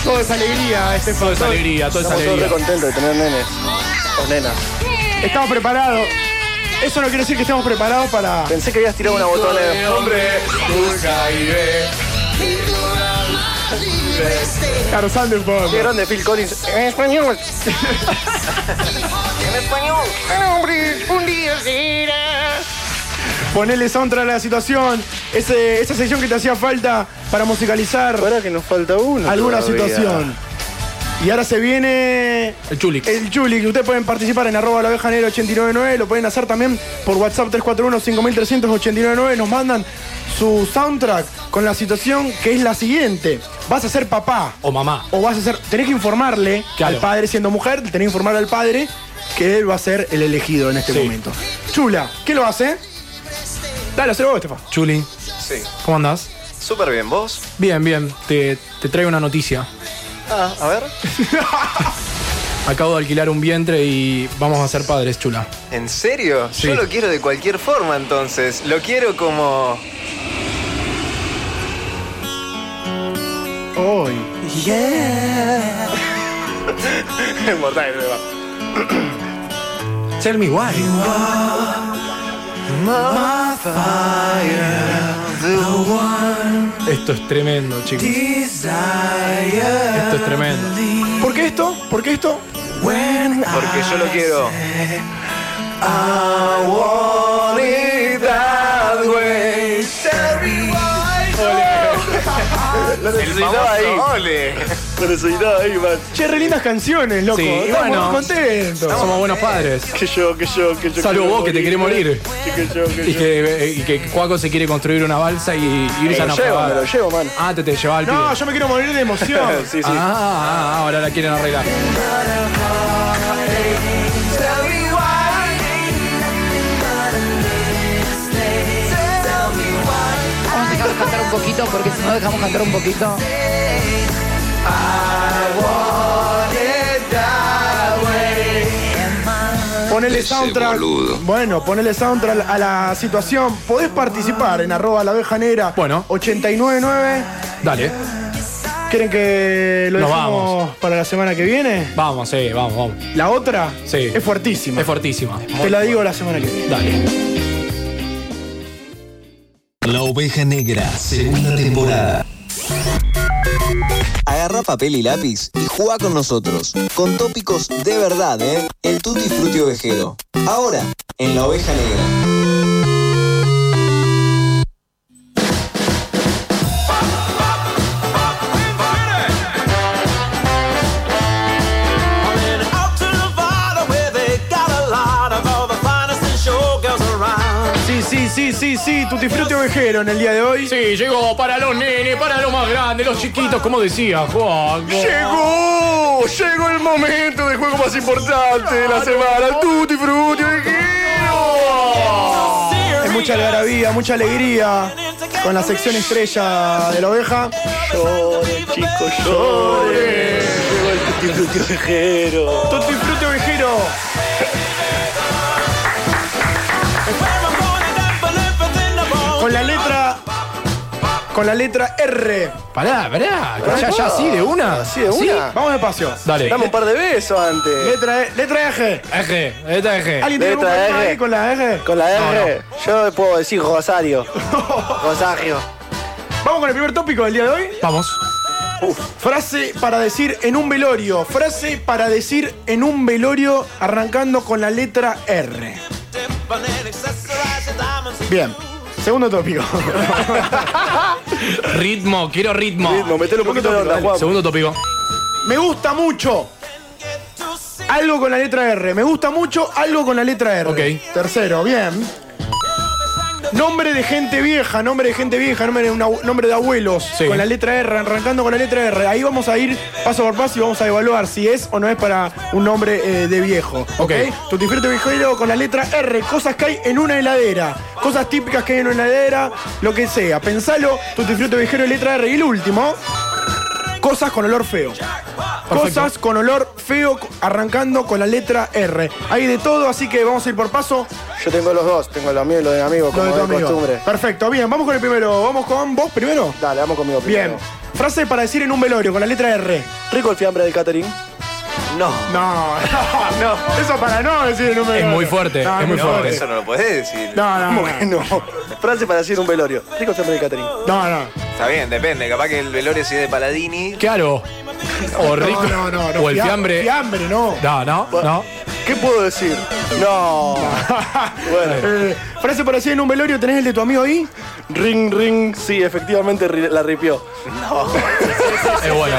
Todo es alegría, Estefa. Toda esa alegría, toda esa Estamos todos re alegría. contentos de tener nenes. O nenas. Estamos preparados. Eso no quiere decir que estemos preparados para. Pensé que habías tirado una botonera. hombre, nunca iré. Tarzán de poco. Qué grande Phil Collins. En español. Ponele soundtrack a la situación. Ese- esa sección que te hacía falta para musicalizar Ahora que nos falta uno. alguna todavía. situación. Y ahora se viene. El Chulik. El Chulik. Ustedes pueden participar en arroba la oveja negra 899. Lo pueden hacer también por WhatsApp 341-5300-899. Nos mandan su soundtrack con la situación que es la siguiente. Vas a ser papá. O mamá. O vas a ser. Tenés que informarle Claro. al padre siendo mujer, tenés que informarle al padre que él va a ser el elegido en este Sí. momento. Chula, ¿qué lo hace? Dale, hacelo vos, Estefa. Chuli, Sí. ¿cómo andás? Súper bien, ¿vos? Bien, bien. Te, te traigo una noticia. Ah, a ver. Acabo de alquilar un vientre y vamos a ser padres, chula. ¿En serio? Yo lo quiero de cualquier forma entonces. Lo quiero como. Hoy. Mortal, me va. Tell me why. Esto es tremendo, chicos. Esto es tremendo. ¿Por qué esto? ¿Por qué esto? Porque yo lo quiero. Lo necesitaba ahí. Ole. Lo necesitaba ahí, man. Che, re lindas canciones, loco. Sí, y Estamos bueno, muy contentos. Somos buenos padres. Que yo, que yo, que yo. Salvo quiero vos que te querés morir. Que yo, que Y que, y que Juaco se quiere construir una balsa y Me irse a lo llevo, me lo llevo, man. Ah, te te llevaba al No, pibe. yo me quiero morir de emoción. Ah, ah, ah, ahora la quieren arreglar. Vamos a dejarlos cantar un poquito porque si no dejamos cantar un poquito. Ponele Ese soundtrack. boludo. Bueno, ponele soundtrack a la situación. Podés participar en arroba la oveja negra. Bueno. 899. Dale. ¿Quieren que lo Nos dejemos vamos. para la semana que viene? Vamos, sí, vamos, vamos. La otra Sí. es fuertísima. Es fortísima. Te la digo la semana que viene. Dale. La oveja negra, segunda temporada. Agarra papel y lápiz y juega con nosotros. Con tópicos de verdad, ¿eh? El tutti frutti ovejero. Ahora, en La Oveja Negra. Sí, sí, sí, sí, sí. Tu disfrute ovejero en el día de hoy. Sí, llegó para los nenes, para los más grandes, los chiquitos, como decía Juaco. Llegó, llegó el momento del juego más importante de la semana, el Tutti Frutti Ovejero. Hay mucha algarabía, mucha alegría con la sección estrella de la oveja. Llore, chicos, llore. Llegó el Tutti Frutti Ovejero. Tutti Frutti Ovejero. Con la letra. Con la letra R. Pará, pará. Ya, ya, así de una. Así Ah, de ¿Sí? una. Ah, Vamos despacio. Dale. Dame un par de besos antes. Letra, E- letra G. Eje, esta eje. ¿Alguien tiene un Letra problema R. ahí con la E? R? Con la R, yo puedo decir Rosario. Rosario. Vamos con el primer tópico del día de hoy. Vamos. Frase para decir en un velorio. Frase para decir en un velorio arrancando con la letra R. Bien. Segundo tópico. Ritmo, quiero ritmo. Ritmo, metele un poquito de onda, Juan. Segundo tópico. Me gusta mucho. Algo con la letra R. Me gusta mucho algo con la letra R. Ok. Tercero, bien. Nombre de gente vieja, nombre de gente vieja, nombre de, un abue- nombre de abuelos. Sí. Con la letra R, arrancando con la letra R. Ahí vamos a ir paso por paso y vamos a evaluar si es o no es para un nombre eh, de viejo. Ok. Tu disfrute viejero con la letra R. Cosas que hay en una heladera. Cosas típicas que hay en una heladera. Lo que sea. Pensalo. Tu disfrute viejero letra R. Y el último. Cosas con olor feo. Cosas con olor feo arrancando con la letra R. Hay de todo, así que vamos a ir por paso. Yo tengo los dos, tengo los míos y los de mi amigo, Lo como de de, tu amigo. costumbre. Perfecto, bien, vamos con el primero. Vamos con vos primero. Dale, vamos conmigo primero. Bien. Frase para decir en un velorio con la letra R. Rico el fiambre del catering. No. No, no, eso para no decir en un velorio. muy fuerte, No, es muy no, fuerte. Eso no lo podés decir. No, no, no. Bueno. Frase para decir en un velorio. Rico el fiambre del catering. No, no. Está bien, depende. Capaz que el velorio si es de Paladini. Claro. O rico. No, no, no, no. o el Fiam- fiambre. Fiambre, no. No, no, no. ¿Qué puedo decir? No. bueno. Eh, frase para decir en un velorio, ¿tenés el de tu amigo ahí? Ring, ring, sí, efectivamente ri- la ripió. No. Es bueno.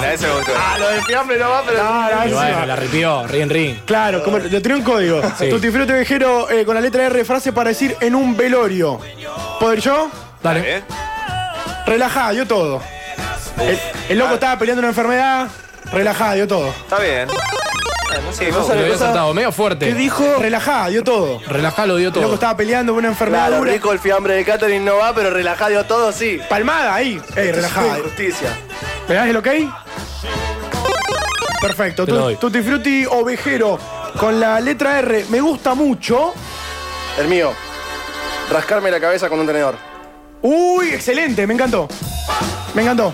Ah, lo del fiambre no va, pero. Ah, No, no, Y bueno, la ripió, rin, rin. Claro, como lo tiene un código. Sí. Tu disfrute viajero eh, con la letra R, frase para decir en un velorio. ¿Puedo ir yo? ¿Eh? Dale. Relajá, dio todo. El, el loco estaba peleando una enfermedad. Relajá, dio todo. Está bien. Bueno, sí, Lo vamos. había saltado, medio fuerte. ¿Qué dijo? Relajá, dio todo. Relajá, lo dio El loco todo. estaba peleando una enfermedad Claro, dura. rico el fiambre de Catherine no va, pero relajado todo sí. Palmada ahí. Este Ey, relajá. eh. Justicia. ¿Me das el ok? Perfecto. Te lo doy. Tu, tutti frutti ovejero con la letra R. Me gusta mucho. El mío. Rascarme la cabeza con un tenedor. Uy, excelente, me encantó. Me encantó.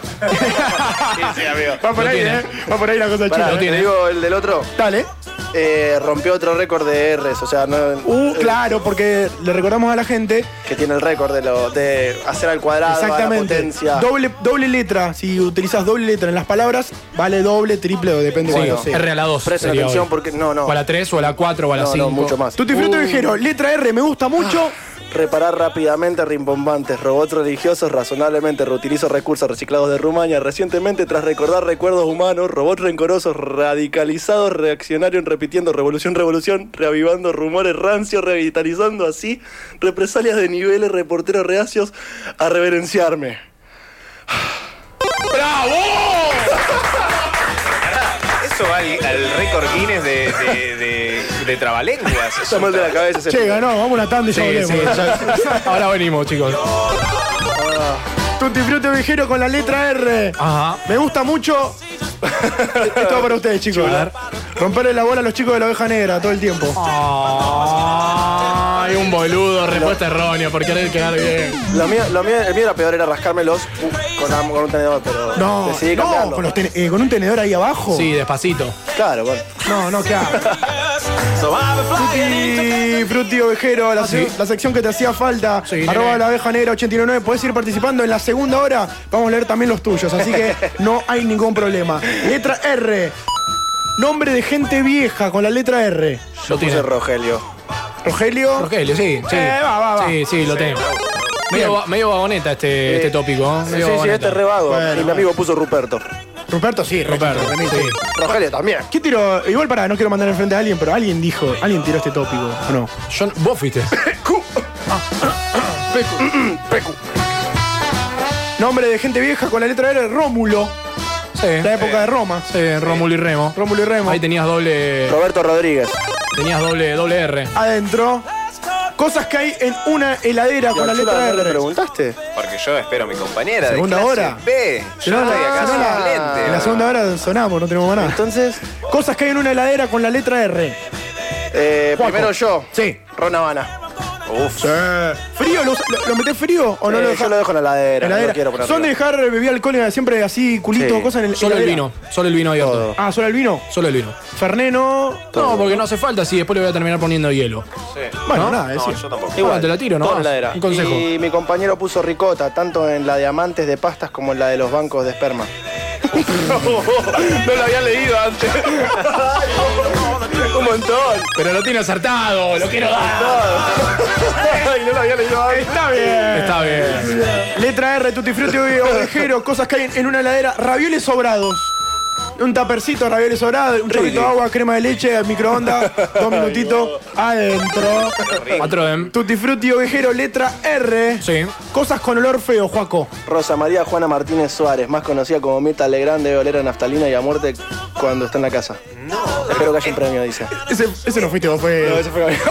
Va por Lo ahí, tiene. ¿eh? Va por ahí la cosa Pará, chula. ¿te digo el del otro? Dale. Eh, rompió otro récord de R's, o sea, no. Uh, claro, porque le recordamos a la gente. Que tiene el récord de, lo, de hacer al cuadrado, a la Exactamente. potencia. Doble, doble letra. Si utilizas doble letra en las palabras, vale doble, triple o depende Sí, cuánto sea. R a la 2. Presten atención porque. No, no. O a la 3, o a la 4, o a la No, no, 5. mucho más. Tutti frutti ovejero, letra R, me gusta mucho. Ah, Reparar rápidamente rimbombantes, robots religiosos, razonablemente reutilizo recursos reciclados de Rumania. Recientemente, tras recordar recuerdos humanos, robots rencorosos, radicalizados, reaccionarios, repitiendo revolución, revolución, reavivando rumores rancios, revitalizando así represalias de niveles, reporteros reacios a reverenciarme. Eso va al, al récord Guinness de, de, de, de trabalenguas. Está mal de la cabeza ese Che, ganó, vamos a una tanda y ya Sí, sí, volvemos. ya- Ahora venimos, chicos. Tutti frutti ovejero con la letra R. Ah. Ajá. Me gusta mucho. Esto va para ustedes, chicos. ¿eh? Romperle la bola a los chicos de la oveja negra todo el tiempo. Ay, un boludo, respuesta errónea por querer quedar bien. Lo mío, lo mío- el mío era peor, era rascármelos uh, con, am- con un tenedor, pero No, decidí no, cambiarlo. con, los ten- eh, con un tenedor ahí abajo. Sí, despacito. Claro, bueno. No, no, ¿qué hago? Frutti, Frutti Ovejero, la, se- la sección que te hacía falta. arroba la abeja negra 899. Podés ir participando. En la segunda hora vamos a leer también los tuyos, así que no hay ningún problema. Letra R. Nombre de gente vieja con la letra R. Lo tiene. Puse Rogelio. Rogelio. Rogelio, sí, sí. Eh, va, va, va. Sí, sí, lo tengo. Medio, va- medio vagoneta este, este tópico. ¿eh? Sí, Medio sí, vagoneta. este es re vago. Bueno, y mi amigo puso Ruperto. Ruperto, sí, Roberto, Roberto. sí. Rogelio también. ¿Qué tiró? Igual para, no quiero mandar enfrente a alguien, pero alguien dijo, alguien tiró este tópico, ¿o no? Yo- vos fuiste. Nombre de gente vieja con la letra R, Rómulo. Sí. La época de Roma. Sí, Rómulo y Remo. Rómulo y Remo. Ahí tenías doble. Roberto Rodríguez. Tenías doble, doble R. adentro. Cosas que hay en una heladera ¿Y con la a Chula letra no le R. preguntaste? Porque yo espero a mi compañera. Segunda de clase hora. B. Si Yo no, estoy acá si no, suplente. la, en la segunda hora sonamos, no tenemos más nada. Entonces, Cosas que hay en una heladera con la letra R. eh, Juaco. primero yo. Sí. Ron Habana. Uf. ¿Frío? ¿Lo, lo, lo metés frío o no Eh, lo yo dejas? lo dejo en la ladera. Heladera. No lo quiero poner Son de arriba. dejar bebida alcohólica siempre así, culito, Sí. cosas en el Solo el heladera? vino. Solo el vino abierto. Todo. Ah, solo el vino. Solo el vino. Ferneno. No, porque no hace falta, sí, después le voy a terminar poniendo hielo. Bueno, ¿No? nada, es No, decir. yo tampoco. Igual, te la tiro, ¿no? Todo en la heladera. Un consejo. Y mi compañero puso ricota, tanto en la de amantes de pastas como en la de los bancos de esperma. no lo había leído antes. Un montón. Pero lo tiene acertado, lo quiero dar. Ay, no lo había leído antes. Está bien. Está bien. Letra R, tutti frutti, ovejero, cosas que hay en una heladera, ravioles sobrados. Un tapercito de ravioles sobrados, un chorrito de agua, crema de leche, microondas, dos minutitos, adentro. Cuatro de. Tutti frutti, ovejero, letra R. Sí. Cosas con olor feo, Juaco. Rosa María Juana Martínez Suárez, más conocida como Mirta Legrand, debe oler a naftalina y a muerte cuando está en la casa. No. Espero que haya un premio, dice. Ese, ese no fuiste vos, fue...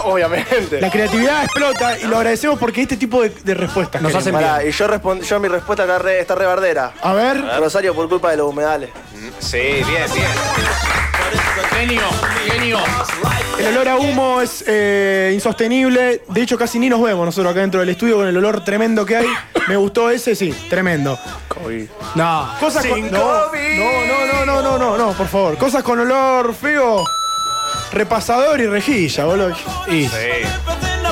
obviamente. La creatividad explota y lo agradecemos porque este tipo de, de respuestas. Nos queremos. hacen bien. y yo, respon- yo mi respuesta está re, está re bardera. A ver, Rosario por culpa de los humedales. Sí, bien, bien. Genio, genio. el olor a humo es eh, insostenible. De hecho, casi ni nos vemos nosotros acá dentro del estudio con el olor tremendo que hay. Me gustó ese, sí, tremendo. No. Cosas con. No, no, no, no, no, no, no, por favor. Cosas con olor feo. Repasador y rejilla, boludo. Y Sí.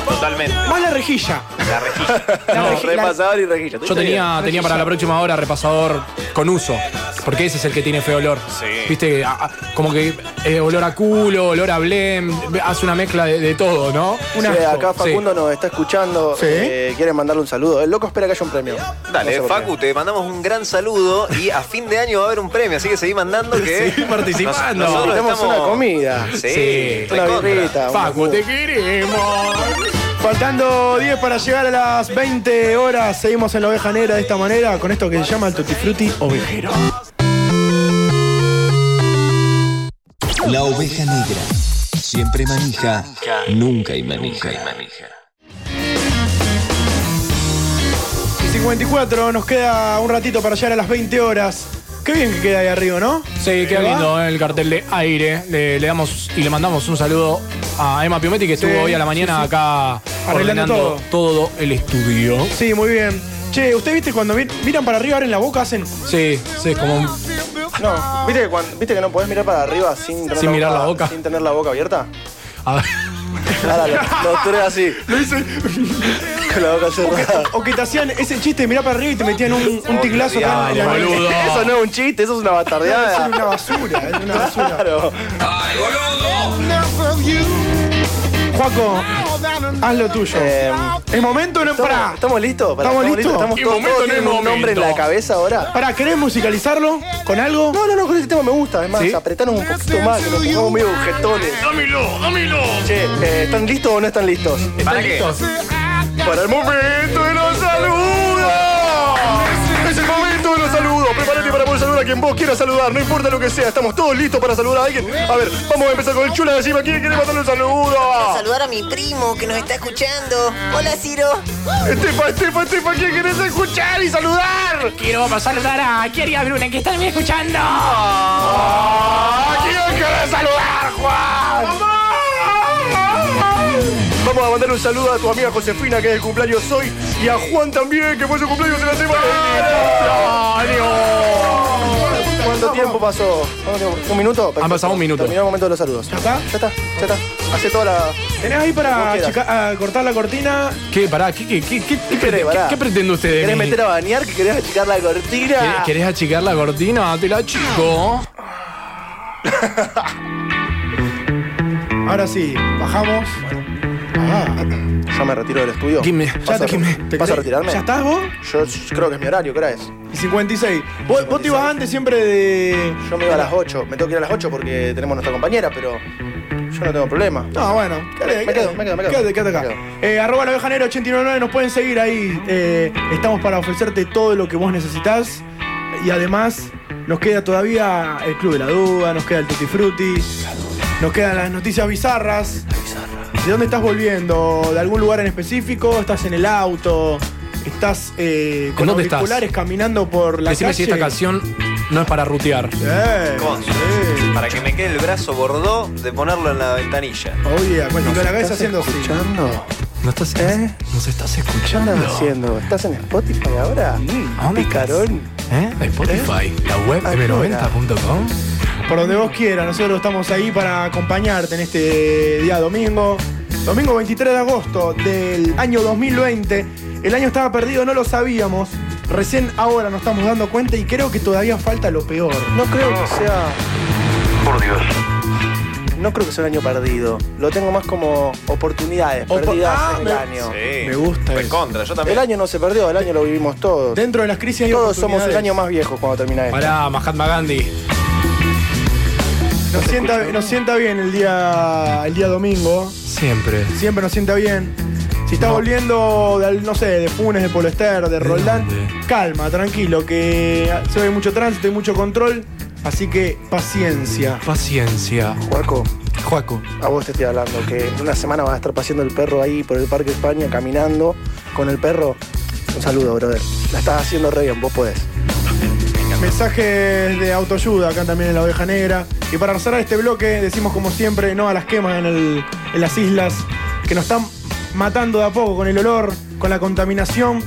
Totalmente. Más la rejilla. La rejilla. No, repasador y rejilla. Yo tenía, tenía para la próxima hora repasador con uso, porque ese es el que tiene feo olor. Sí. Viste, a- a- como que eh, olor a culo, olor a blem, hace una mezcla de, de todo, ¿no? Una Sí, acá Facundo nos está escuchando. eh, quiere mandarle un saludo. El loco espera que haya un premio. No sé Dale, por Facu, te mandamos un gran saludo y a fin de año va a haber un premio, así que seguí mandando que. Seguí participando. Nos- nosotros Tenemos estamos- una comida. Sí, Sí. Una recontra. birrita. Facu, te queremos. Faltando 10 para llegar a las 20 horas, seguimos en la oveja negra de esta manera, con esto que se llama el Tutti Frutti Ovejero. La oveja negra. Siempre manija. Nunca hay manija. 54, nos queda un ratito para llegar a las 20 horas. Qué bien que queda ahí arriba, ¿no? Sí, queda Eh, ¿Va? lindo eh, el cartel de aire. Le, le damos y le mandamos un saludo a Emma Piometti que estuvo Sí, hoy a la sí, mañana sí. acá Arreglando ordenando todo. el estudio. Sí, muy bien. Che, ¿usted viste cuando mi- miran para arriba, abren la boca, hacen... Sí, sí, es como un- No, ¿viste que, cuando- ¿viste que no podés mirar para arriba sin, tener Sin mirar la boca. Sin tener la boca abierta. A ver. Claro, lo, lo tres así. Lo hice. Con la boca cerrada. O que te hacían ese chiste de mirar para arriba y te metían un, un tiglazo acá en la Dale, nariz. Eso no es un chiste, eso es una Es bastardeada. una basura, es una basura. Claro. Juaco, haz lo tuyo. Eh, ¿Es momento o no? Pará. ¿Estamos listos? Pará, ¿Estamos listos? Estamos todos, todos tienen un nombre en la cabeza ahora. Pará, ¿querés musicalizarlo con algo? No, no, no, con este tema me gusta. Es más, ¿Sí? apretanos un poquito más, que nos pongamos medio jetones. Dámelo, dámelo. Che, eh, ¿están listos o no están listos? ¿Para qué? Para el momento de los saludos. Es el momento de los saludos. Prepárate para poder saludar a quien vos quieras saludar. No importa lo que sea. Estamos todos listos para saludar a alguien. A ver, vamos a empezar con el chula de Jimmy. ¿Quién quiere mandarle un Quiero saludo? saludar a mi primo que nos está escuchando. Hola, Ciro. Estefa, Estefa, Estefa, ¿quién pues, querés escuchar y saludar? Quiero saludar a querida Ah, Bruna que están escuchando. ¿A quién querés saludar, Juan? Vamos a mandar un saludo a tu amiga Josefina, que es el cumpleaños hoy, y a Juan también, que fue su cumpleaños en la semana. ¿Cuánto tiempo pasó? ¿Cuánto tiempo? ¿Un minuto? Han pasado un minuto. Terminó el momento de los saludos. ¿Ya está? Ya está, ya está. Hace toda la... ¿Tenés ahí Como para quieras. achica- a cortar la cortina? ¿Qué? Pará, ¿qué, qué, qué, qué, qué, querés, pará? qué- qué pretende usted de ¿Querés mí? meter a bañar? que ¿Querés achicar la cortina? ¿Querés- ¿Querés achicar la cortina? Te la achico. Ahora sí, bajamos. Ah, Ya me retiro del estudio. Gimme, ¿Vas a- gimme. ¿Vas a retirarme? ¿Ya estás vos? Yo yo creo que es mi horario, ¿qué hora es? Y 56. Vos, vos te ibas antes siempre de. Yo me iba a las 8. Me tengo que ir a las 8 porque tenemos nuestra compañera, pero yo no tengo problema. No, bueno, quédate, Me quedo, quédate, me quedo, me quedo. Quédate, quédate acá. Eh, arroba la oveja negra 899, nos pueden seguir ahí. Eh, estamos para ofrecerte todo lo que vos necesitas. Y además, nos queda todavía el Club de la Duda, nos queda el Tutti Frutti, nos quedan las noticias bizarras. ¿De dónde estás volviendo? ¿De algún lugar en específico? ¿Estás en el auto? ¿Estás eh, con ¿En dónde estás? auriculares caminando por la Decime calle? si esta canción no es para rutear. Eh, Con- Para que me quede el brazo bordó de ponerlo en la ventanilla. oye, bueno, con la cabeza ¿Estás haciendo así. escuchando? ¿No estás, ¿Eh? ¿Nos estás ¿Qué escuchando? andas haciendo? ¿Estás en Spotify ahora? Picarón. Ah, ¿Eh? Spotify, la web ¿A qué m90.com. Por donde vos quieras, nosotros estamos ahí para acompañarte en este día domingo. Domingo 23 de agosto del año 2020. El año estaba perdido, no lo sabíamos. Recién ahora nos estamos dando cuenta y creo que todavía falta lo peor. No creo que sea. Por Dios. No creo que sea un año perdido. Lo tengo más como oportunidades Opo- perdidas Ah, en me- el año. Sí. Me gusta Pues eso. contra, yo también. El año no se perdió, el año lo vivimos todos. Dentro de las crisis hay todos somos el oportunidades. año más viejos cuando termina esto. Pará, Mahatma Gandhi. Nos sienta, nos sienta bien el día, el día domingo. Siempre. Siempre nos sienta bien. Si está volviendo, de, al- no sé, de Funes, de Polester, de Roldán, calma, tranquilo, que se ve mucho tránsito y mucho control. Así que paciencia. Paciencia. Juaco, Juaco. a vos te estoy hablando, que en una semana vas a estar paseando el perro ahí por el Parque España, caminando con el perro. Un saludo, brother. La estás haciendo re bien, vos podés. Mensajes de autoayuda acá también en la oveja negra. Y para cerrar este bloque, decimos como siempre, no a las quemas en, el- en las islas, que nos están matando de a poco con el olor, con la contaminación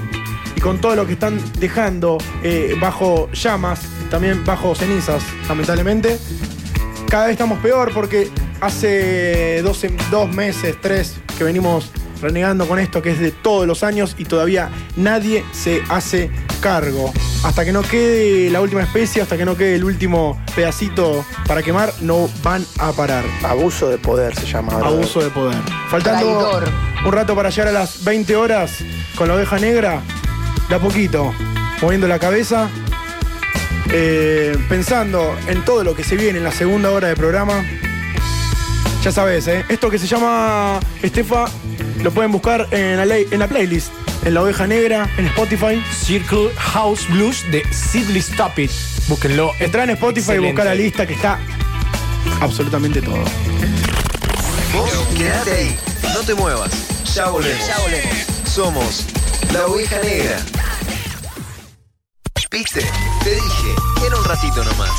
y con todo lo que están dejando eh, bajo llamas, también bajo cenizas, lamentablemente. em, Cada vez estamos peor porque hace dos, sem- dos meses, tres, que venimos renegando con esto que es de todos los años y todavía nadie se hace cargo. Hasta que no quede la última especie, hasta que no quede el último pedacito para quemar, no van a parar. Abuso de poder se llama. ahora. Abuso de poder. Faltando Traidor. un rato para llegar a las 20 horas con la oveja negra, de a poquito, moviendo la cabeza, eh, pensando en todo lo que se viene en la segunda hora de programa. Ya sabes, ¿eh? esto que se llama Estefa, lo pueden buscar en la, ley- en la playlist, en la oveja negra, en Spotify. Circle House Blues de Sidley Stop It. Búsquenlo. Entra en Spotify y busca la lista que está absolutamente todo. Vos quedate ahí, no te muevas. Ya volvemos. Ya volvemos. Somos la oveja negra. ¿Viste? Te dije, era un ratito nomás.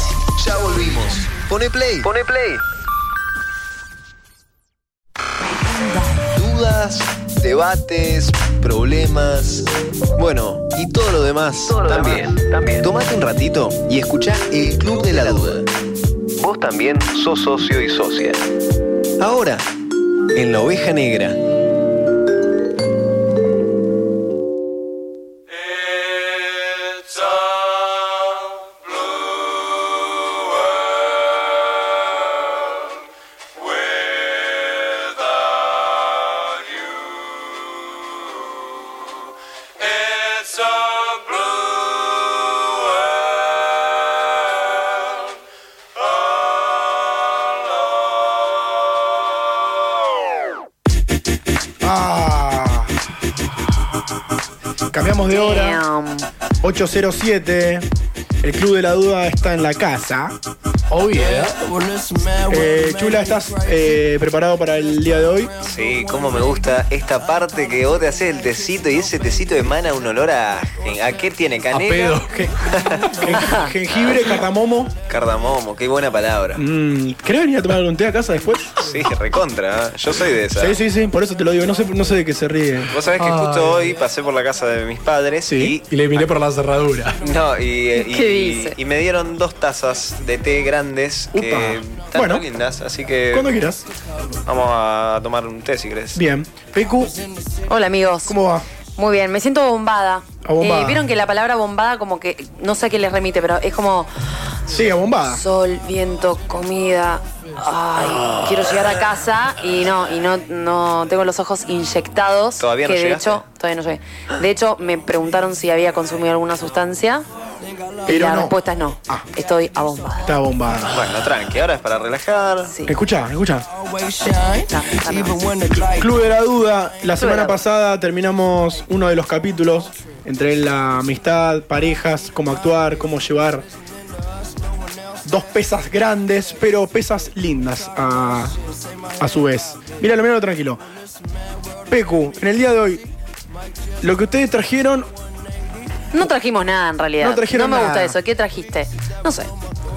Ya volvimos. Pone play. Pone play. Dudas, debates, problemas, bueno, y todo lo demás también. también. Tomate un ratito y escuchá el Club de la Duda. Vos también sos socio y socia. Ahora, en la oveja negra. It's a blue world alone. Ah. Cambiamos de hora. 807. El Club de la Duda está en la casa. Oh yeah. Eh, Chula, ¿estás eh, preparado para el día de hoy? Sí, cómo me gusta esta parte que vos te haces el tecito y ese tecito emana un olor a. ¿A qué tiene? ¿Canela? pedo. Jengibre, cardamomo. Cardamomo, qué buena palabra. Mm, ¿Querés venir a tomar algún té a casa después? Sí, recontra, ¿eh? yo soy de esa. Sí, sí, sí, por eso te lo digo. No sé, no sé de qué se ríe. Vos sabés que justo hoy pasé por la casa de mis padres Y le miré por la cerradura. y. No, y, y- ¿Qué y- dice? y me dieron dos tazas de té grandes que están Bueno. muy lindas, así que. Cuando quieras. Vamos a tomar un té si querés. Bien. Pecu, Hola amigos. ¿Cómo va? Muy bien, me siento bombada. Eh, Abombada. Vieron que la palabra bombada como que, no sé a qué les remite, pero es como sí, abombada. sol, viento, comida. Ay, quiero llegar a casa y no, y no, no tengo los ojos inyectados. Todavía no que de llegaste. hecho, todavía no llegué. De hecho, me preguntaron si había consumido alguna sustancia. y Pero la no. Ah. respuesta es no. Estoy abombada. Está abombada. Bueno, tranqui, ahora es para relajar. Escucha, escucha. Club de la Duda, la semana pasada terminamos uno de los capítulos entre la amistad, parejas, cómo actuar, cómo llevar dos pesas grandes, pero pesas lindas a, a su vez. Míralo, míralo tranquilo. Pecu, en el día de hoy, lo que ustedes trajeron, No trajimos nada en realidad. No trajeron me nada. gusta eso. ¿Qué trajiste? No sé.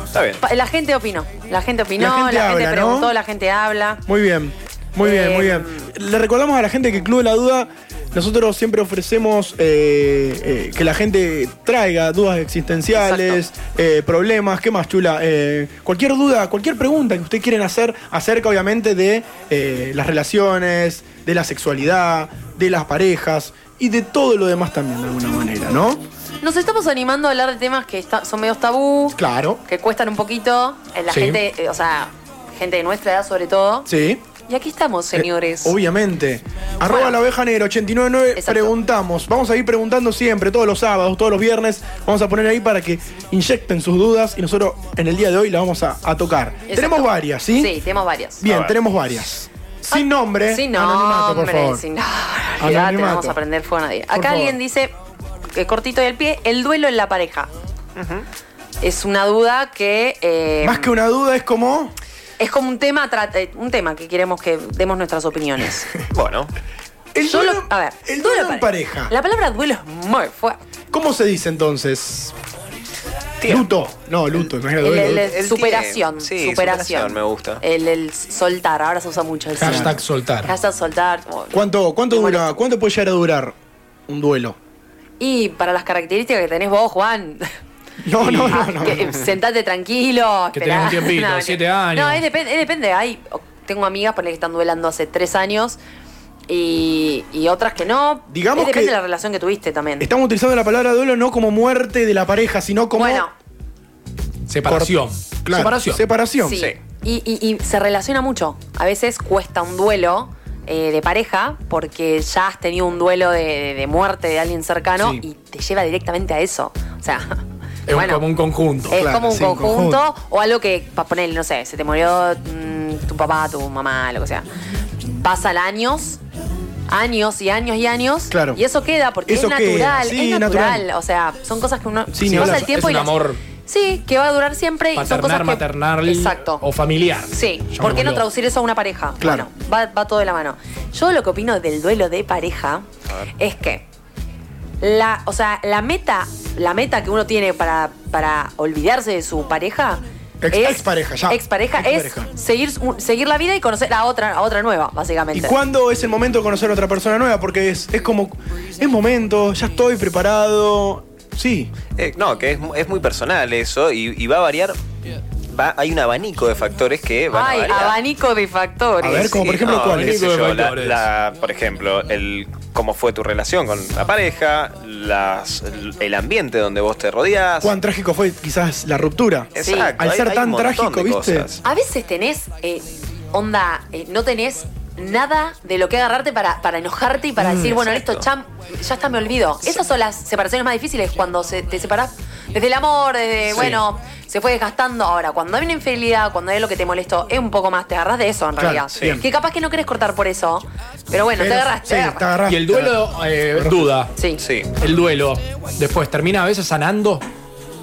Está bien. Pa- La gente opinó. La gente opinó, La la gente gente, habla, ¿no? preguntó, la gente habla. muy bien, muy bien, muy bien. Eh, Le recordamos a la gente que Club de la Duda, nosotros siempre ofrecemos eh, eh, que la gente traiga dudas existenciales, eh, problemas, ¿qué más, chula? Eh, cualquier duda, cualquier pregunta que ustedes quieren hacer acerca, obviamente, de eh, las relaciones, de la sexualidad, de las parejas y de todo lo demás también, de alguna manera, ¿no? Nos estamos animando a hablar de temas que está- son medios tabú, Claro. que cuestan un poquito. Eh, La Sí. gente, eh, o sea, gente de nuestra edad sobre todo. Sí. Y aquí estamos, señores. Eh, obviamente. Arroba la oveja negra 899 preguntamos. Vamos a ir preguntando siempre, todos los sábados, todos los viernes. Vamos a poner ahí para que inyecten sus dudas y nosotros en el día de hoy la vamos a, a tocar. Exacto. Tenemos varias, ¿sí? Sí, tenemos varias. Bien, tenemos varias. Sin nombre. Sin anonimato, por nombre, favor. sin nombre. Ya te Anonimato. vamos a aprender fuego a nadie. Acá favor. alguien dice, eh, cortito y al pie, el duelo en la pareja. Es una duda que. eh, Más que una duda es como. Es como un tema, tra- eh, un tema que queremos que demos nuestras opiniones. Bueno. El Yo lo- duelo- a ver, el duelo en pareja. La palabra duelo es muy fuerte. ¿Cómo se dice entonces? Luto. No, luto, imagínate. El- duelo, el- luto. el superación, Sí, superación. superación, me gusta. El, el soltar, ahora se usa mucho el Hashtag soltar. Hashtag soltar. como- ¿Cuánto, cuánto dura? ¿Cuánto puede llegar a durar un duelo? Y para las características que tenés vos, Juan. No, no, no, Ah, no. que- sentate tranquilo. Que esperá. tenés un tiempito, No, siete años. No, es depende, es depende. Hay, tengo amigas ponele, que están duelando hace tres años y, y otras que no. Digamos Eh, depende que- de la relación que tuviste también. Estamos utilizando la palabra duelo no como muerte de la pareja, sino como. Bueno. Separación. Claro, Separación. Separación. Sí. Y, y- y se relaciona mucho. A veces cuesta un duelo eh, de pareja porque ya has tenido un duelo de, de- de muerte de alguien cercano Sí. y te lleva directamente a eso. O sea, Es Bueno, como un conjunto. es como un conjunto, o algo que, para poner, no sé, se te murió mm, tu papá, tu mamá, lo que sea. Pasan años, años y años y años. Claro. Y eso queda porque Eso es queda, natural, sí, es natural. natural. O sea, son cosas que uno. Sí, si ni pasa hablar. el tiempo es y un las- amor Sí, que va a durar siempre y son cosas paternar, que. maternal Exacto. o familiar. Sí, Llamémoslo. ¿por qué no traducir eso a una pareja? Claro. Bueno, va, va todo de la mano. Yo lo que opino del duelo de pareja es que la, o sea, la meta, la meta que uno tiene para, para olvidarse de su pareja Ex- es expareja, ya. expareja, Expareja. es seguir, un- seguir la vida y conocer a otra, a otra nueva, ¿Y básicamente. cuándo es el momento de conocer a otra persona nueva? Porque es, es como. Es momento, ya estoy preparado. Sí. Eh, no, que es, mu- es muy personal eso y, y va a variar. Va, hay un abanico de factores que van Ay, a variar. abanico de factores. Sí, no, qué sé yo, la- la- por ejemplo, el cómo fue tu relación con la pareja, las, el ambiente donde vos te rodeás. ¿Cuán trágico fue quizás la ruptura? Sí. Exacto, Al hay- ser hay un tan montón trágico, de ¿viste? cosas. A veces tenés eh, onda, eh, no tenés nada de lo que agarrarte para, para enojarte y para Mm, decir, bueno, exacto. listo, cham, ya está, me olvido. Esas son las separaciones más difíciles cuando se- te separás desde el amor, desde, Sí. bueno, se fue desgastando. Ahora, cuando hay una infidelidad, cuando hay lo que te molestó, es un poco más, te agarras de eso en Claro, realidad. sí. Que capaz que no querés cortar por eso, pero bueno, te agarras, te agarras. Y el duelo, eh, duda. Sí. El duelo, después, ¿termina a veces sanando?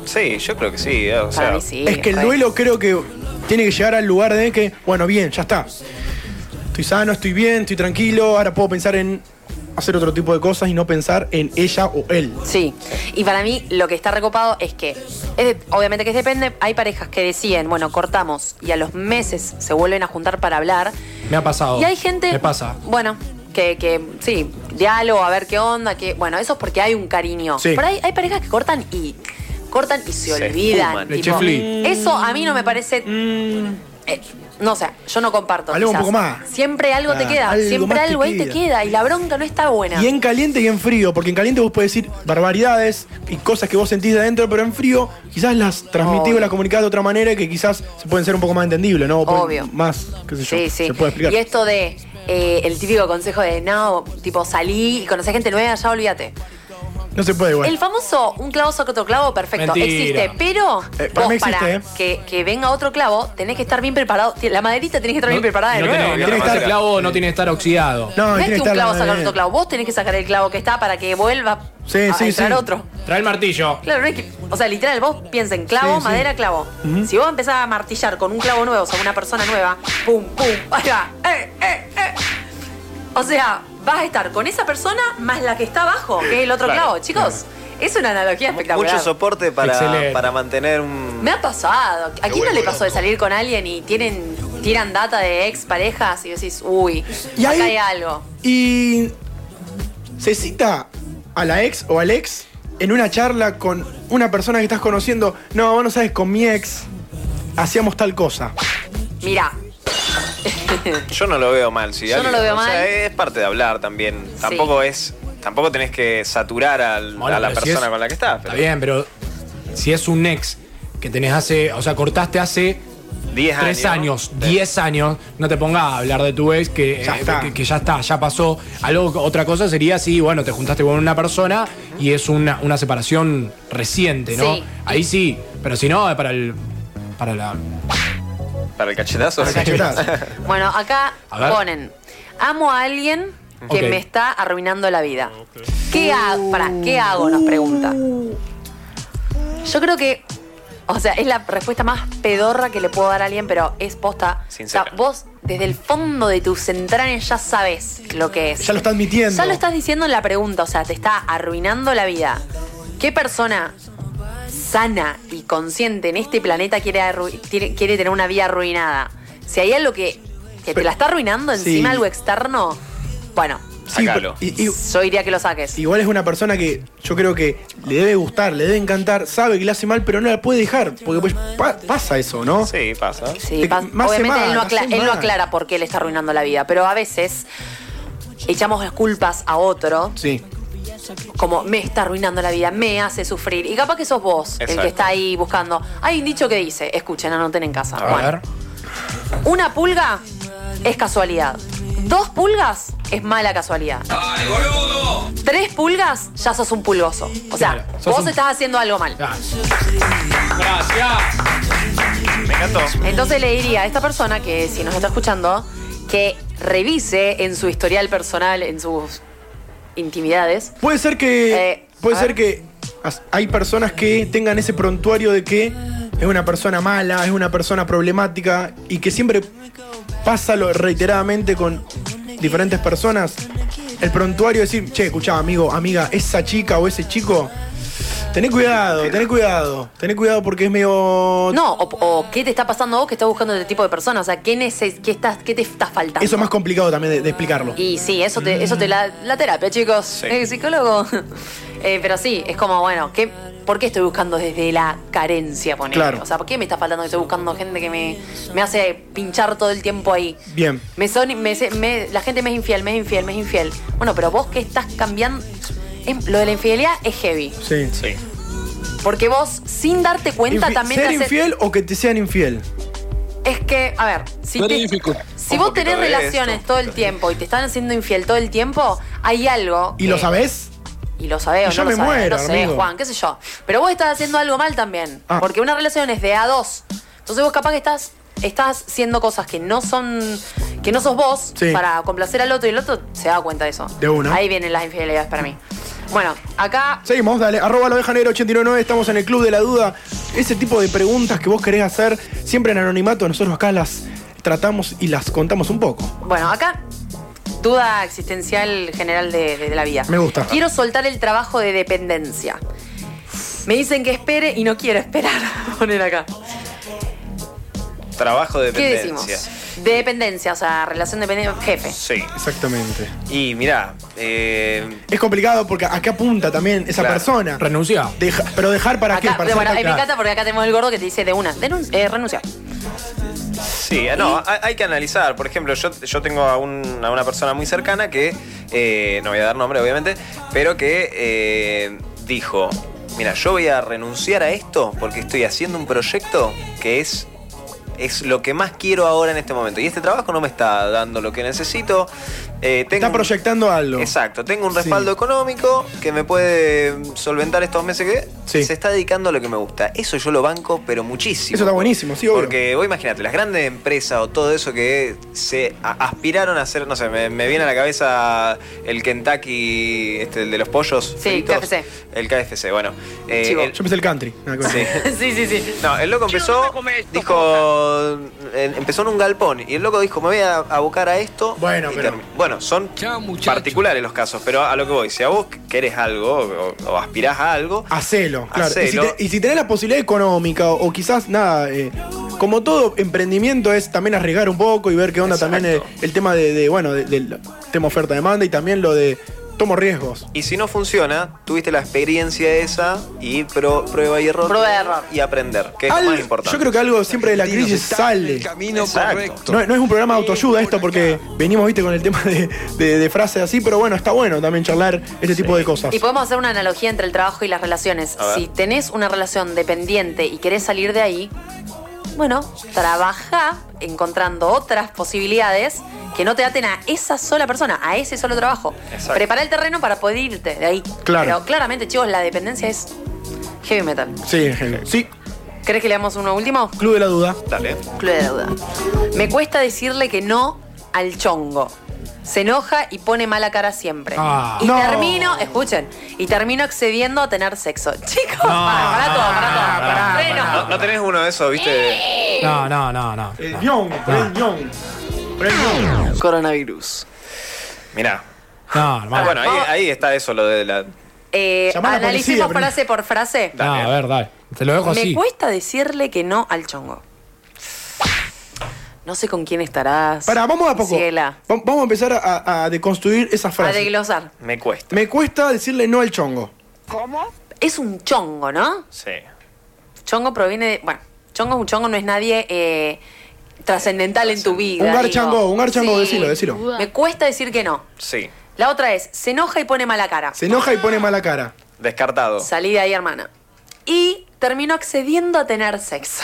Sí, yo creo que sí. eh, O sea, es que el duelo creo que tiene que llegar al lugar de que, bueno, bien, ya está. Estoy sano, estoy bien, estoy tranquilo, ahora puedo pensar en hacer otro tipo de cosas y no pensar en ella o él. Sí. Y para mí lo que está recopado es que, es- obviamente que depende, hay parejas que deciden, bueno, cortamos y a los meses se vuelven a juntar para hablar. Me ha Oh, pasado. Y hay gente- Me pasa. Bueno, que, que sí, diálogo, a ver qué onda, que bueno, eso es porque hay un cariño. Sí. Por ahí hay parejas que cortan y cortan y se, Se olvidan. esfuman. Le tipo, chiflí. eso a mí no me parece... eh, no sé, yo no comparto. Mm. Algo un quizás. poco más. Siempre algo te Ah, queda, algo siempre más te algo ahí te queda. queda y la bronca no está buena. Y en caliente y en frío, porque en caliente vos podés decir barbaridades y cosas que vos sentís de adentro, pero en frío quizás las transmitís Obvio. o las comunicás de otra manera que quizás se pueden ser un poco más entendibles, ¿no? O pueden- Obvio. Más, qué sé yo. Sí, sí. Se puede explicar. Y esto de eh, el típico consejo de no, tipo salí y conocés gente nueva, ya olvídate. No se puede igual. El famoso un clavo saca otro clavo, perfecto, Mentira. existe. Pero Eh, para mí vos, para existe, eh. que, que venga otro clavo, tenés que estar bien preparado. La maderita tenés que estar bien preparada de no nuevo. tiene, no tiene que estar clavo, no tiene que estar oxidado. No es que un clavo saca otro clavo, vos tenés que sacar el clavo que está para que vuelva a entrar otro. Trae el martillo. Claro, no es que, o sea, literal, vos piensa en clavo, Sí, sí. madera, clavo. Ujú. Si vos empezás a martillar con un clavo nuevo, o sea, una persona nueva, pum, pum, ahí va, eh, eh, eh. O sea, vas a estar con esa persona más la que está abajo, que es el otro Claro, clavo. Chicos, es una analogía espectacular. mucho soporte para, Excelente. para mantener un. Me ha pasado. ¿A quién no le pasó de salir con alguien y tienen, tiran data de ex parejas y decís, uy, Y acá ahí- hay algo? Y se cita a la ex o al ex en una charla con una persona que estás conociendo. No, vos no sabes, con mi ex hacíamos tal cosa. Mira, Yo no lo veo mal, sí. Yo no alguien- lo veo o sea, mal. es parte de hablar también. Tampoco es. Tampoco tenés que saturar al- Bueno, a la pero si persona es- con la que estás. Está bien, pero si es un ex que tenés hace, o sea, cortaste hace 10 3 años. años, 10 años, no te pongas a hablar de tu ex que eh, que- que Ya ya, está. está. ya pasó. Algo, otra cosa sería si, bueno, te juntaste con una persona y es una, una separación reciente, ¿no? Sí. Ahí sí, pero si no, es para el. Para la. Para el cachetazo. Para el cachetazo. bueno, acá A ver. ponen, amo a alguien que Ok. me está arruinando la vida. ¿Qué hago? Pará, ¿qué hago? Nos pregunta. Yo creo que, o sea, es la respuesta más pedorra que le puedo dar a alguien, pero es posta. Sincera. O sea, vos desde el fondo de tus entrañas ya sabes lo que es. Ya lo está admitiendo. Ya lo estás diciendo en la pregunta, o sea, te está arruinando la vida. ¿Qué persona sana y consciente en este planeta quiere, arru- tiene- quiere tener una vida arruinada? Si hay algo que, que te la está arruinando Sí. encima, algo externo, bueno, Sí, pero- y- y- yo diría que lo saques. igual es una persona que yo creo que le debe gustar, le debe encantar, sabe que le hace mal, pero no la puede dejar. Porque pues, pa- pasa eso, ¿no? Sí, pasa. Sí, pas- obviamente él, no acla- él no aclara por qué le está arruinando la vida, pero a veces echamos las culpas a otro, Sí. como me está arruinando la vida, me hace sufrir. Y capaz que sos vos el Exacto. que está ahí buscando. Hay un dicho que dice, escuchen, anoten en casa. Bueno, una pulga es casualidad. Dos pulgas es mala casualidad. Tres pulgas, ya sos un pulgoso. O sea, Claro, sos vos un- estás haciendo algo mal. Ah, Gracias. Me encantó. Entonces le diría a esta persona que si nos está escuchando, que revise en su historial personal, en sus intimidades. Puede ser que. puede ser que as- hay personas que tengan ese prontuario de que es una persona mala, es una persona problemática y que siempre pasa lo- reiteradamente con diferentes personas. El prontuario de decir, che, escuchá, amigo, amiga, esa chica o ese chico. Tené cuidado, tené cuidado, tené cuidado porque es medio. No, o, o qué te está pasando a vos que estás buscando este tipo de persona. O sea, ¿qué, neces qué, estás, qué te está faltando? Eso es más complicado también de, de explicarlo. Y sí, eso te, eso te la, la terapia, chicos. Eh, psicólogo. Eh, pero sí, es como, bueno, ¿qué, ¿por qué estoy buscando desde la carencia, poner? Claro. O sea, ¿por qué me está faltando que estoy buscando gente que me, me hace pinchar todo el tiempo ahí? Bien. Me son, me, se- me- la gente me es infiel, me es infiel, me es infiel. Bueno, pero vos que estás cambiando. Em, Lo de la infidelidad es heavy. Sí. sí. Porque vos, sin darte cuenta, también ser te haces- infiel o que te sean infiel. Es que, a ver, si, te- si Un vos poquito tenés de relaciones todo el tiempo y te están haciendo infiel todo el tiempo, hay algo. ¿Y lo que- sabés? Y lo sabés, Y o no yo lo me sabés, muero, no sé, amigo. Juan, qué sé yo. Pero vos estás haciendo algo mal también. Ah. Porque una relación es de a dos. Entonces vos capaz que estás, estás haciendo cosas que no son. que no sos vos Sí. para complacer al otro y el otro se da cuenta de eso. De una. Ahí vienen las infidelidades para mí. Bueno, acá. Seguimos, dale. Arroba la oveja negra 899, estamos en el Club de la Duda. Ese tipo de preguntas que vos querés hacer, siempre en anonimato, nosotros acá las tratamos y las contamos un poco. Bueno, acá. Duda existencial general de, de- de la vida. Me gusta. Quiero soltar el trabajo de dependencia. Me dicen que espere y no quiero esperar. Poner acá. Trabajo de ¿Qué dependencia. decimos? De dependencia, o sea, relación dependiente jefe. Sí. Exactamente. Y mirá, eh, Es complicado porque a qué apunta también esa persona. Renuncia. pero dejar para qué? Acá, Para bueno, ser- eh, me encanta porque acá tenemos el gordo que te dice de una, denun- eh, renuncia. sí, eh, no, hay, hay que analizar. Por ejemplo, yo, yo tengo a, un- a una persona muy cercana que, eh, no voy a dar nombre obviamente, pero que eh, dijo, mira, yo voy a renunciar a esto porque estoy haciendo un proyecto que es es lo que más quiero ahora en este momento. Y este trabajo no me está dando lo que necesito. Eh, tengo Está proyectando algo. Exacto, tengo un respaldo económico que me puede solventar estos meses que se está dedicando a lo que me gusta. Eso yo lo banco, pero muchísimo. Eso está buenísimo, sí, obvio. Porque vos imagínate, las grandes empresas o todo eso que se a- aspiraron a hacer, no sé, me, me viene a la cabeza el Kentucky, este, el de los pollos. Sí, fritos. KFC. El KFC, bueno. Eh, Chivo. el- Yo pensé el country. nada que ver. sí, sí, sí. No, el loco empezó, dijo, en- empezó en un galpón y el loco dijo, me voy a abocar a esto. Bueno, pero- bueno son particulares los casos, pero a lo que voy, si a vos querés algo o, o aspirás a algo, Hacelo, claro. Y, si Hacelo. te- y si tenés la posibilidad económica o, o quizás nada, eh, como todo emprendimiento es también arriesgar un poco y ver qué onda también eh, el, tema de, de, bueno, de- del tema oferta-demanda y también lo de tomo riesgos. y si no funciona, tuviste la experiencia esa y pro- prueba y error. Prueba y error. Y aprender, que es Al- lo más importante. Yo creo que algo siempre de la crisis sale. Exacto. No, no es un programa de autoayuda esto porque venimos, viste, con el tema de, de- de frases así, pero bueno, está bueno también charlar este tipo de cosas. Y podemos hacer una analogía entre el trabajo y las relaciones. A ver. Si tenés una relación dependiente y querés salir de ahí, bueno, trabaja encontrando otras posibilidades que no te aten a esa sola persona, a ese solo trabajo. Exacto. Prepara el terreno para poder irte de ahí. Claro. Pero claramente, chicos, la dependencia es heavy metal. Sí, Ángel. Sí, ¿Crees que le damos uno último? Club de la Duda. Dale. Club de la duda. Me cuesta decirle que no al chongo. Se enoja y pone mala cara siempre. Ah. y No. termino, escuchen, y termino accediendo a tener sexo. Chicos, para, para todo, para todo. Freno. No, no tenés uno de esos, viste. No, no, no, no. Eh, Coronavirus. Mirá. No, Ah, bueno, ahí, ahí está eso, lo de la... Eh, Llamá a la analicemos policía, frase por frase. No, a ver, dale. Te lo dejo Me así. cuesta decirle que no al chongo. No sé con quién estarás. Pará, vamos a poco. Ciela. Va- Vamos a empezar a, a deconstruir esa A frase. desglosar. Me cuesta. Me cuesta decirle no al chongo. ¿Cómo? Es un chongo, ¿no? Sí. Chongo proviene de. Bueno, chongo es un chongo, no es nadie eh, trascendental en tu vida. Un digo. garchango, un garchango, decilo, decilo. Me cuesta decir que no. Sí. La otra es, se enoja y pone mala cara. Se enoja y pone mala cara. Descartado. Salí de ahí, hermana. Y terminó accediendo a tener sexo.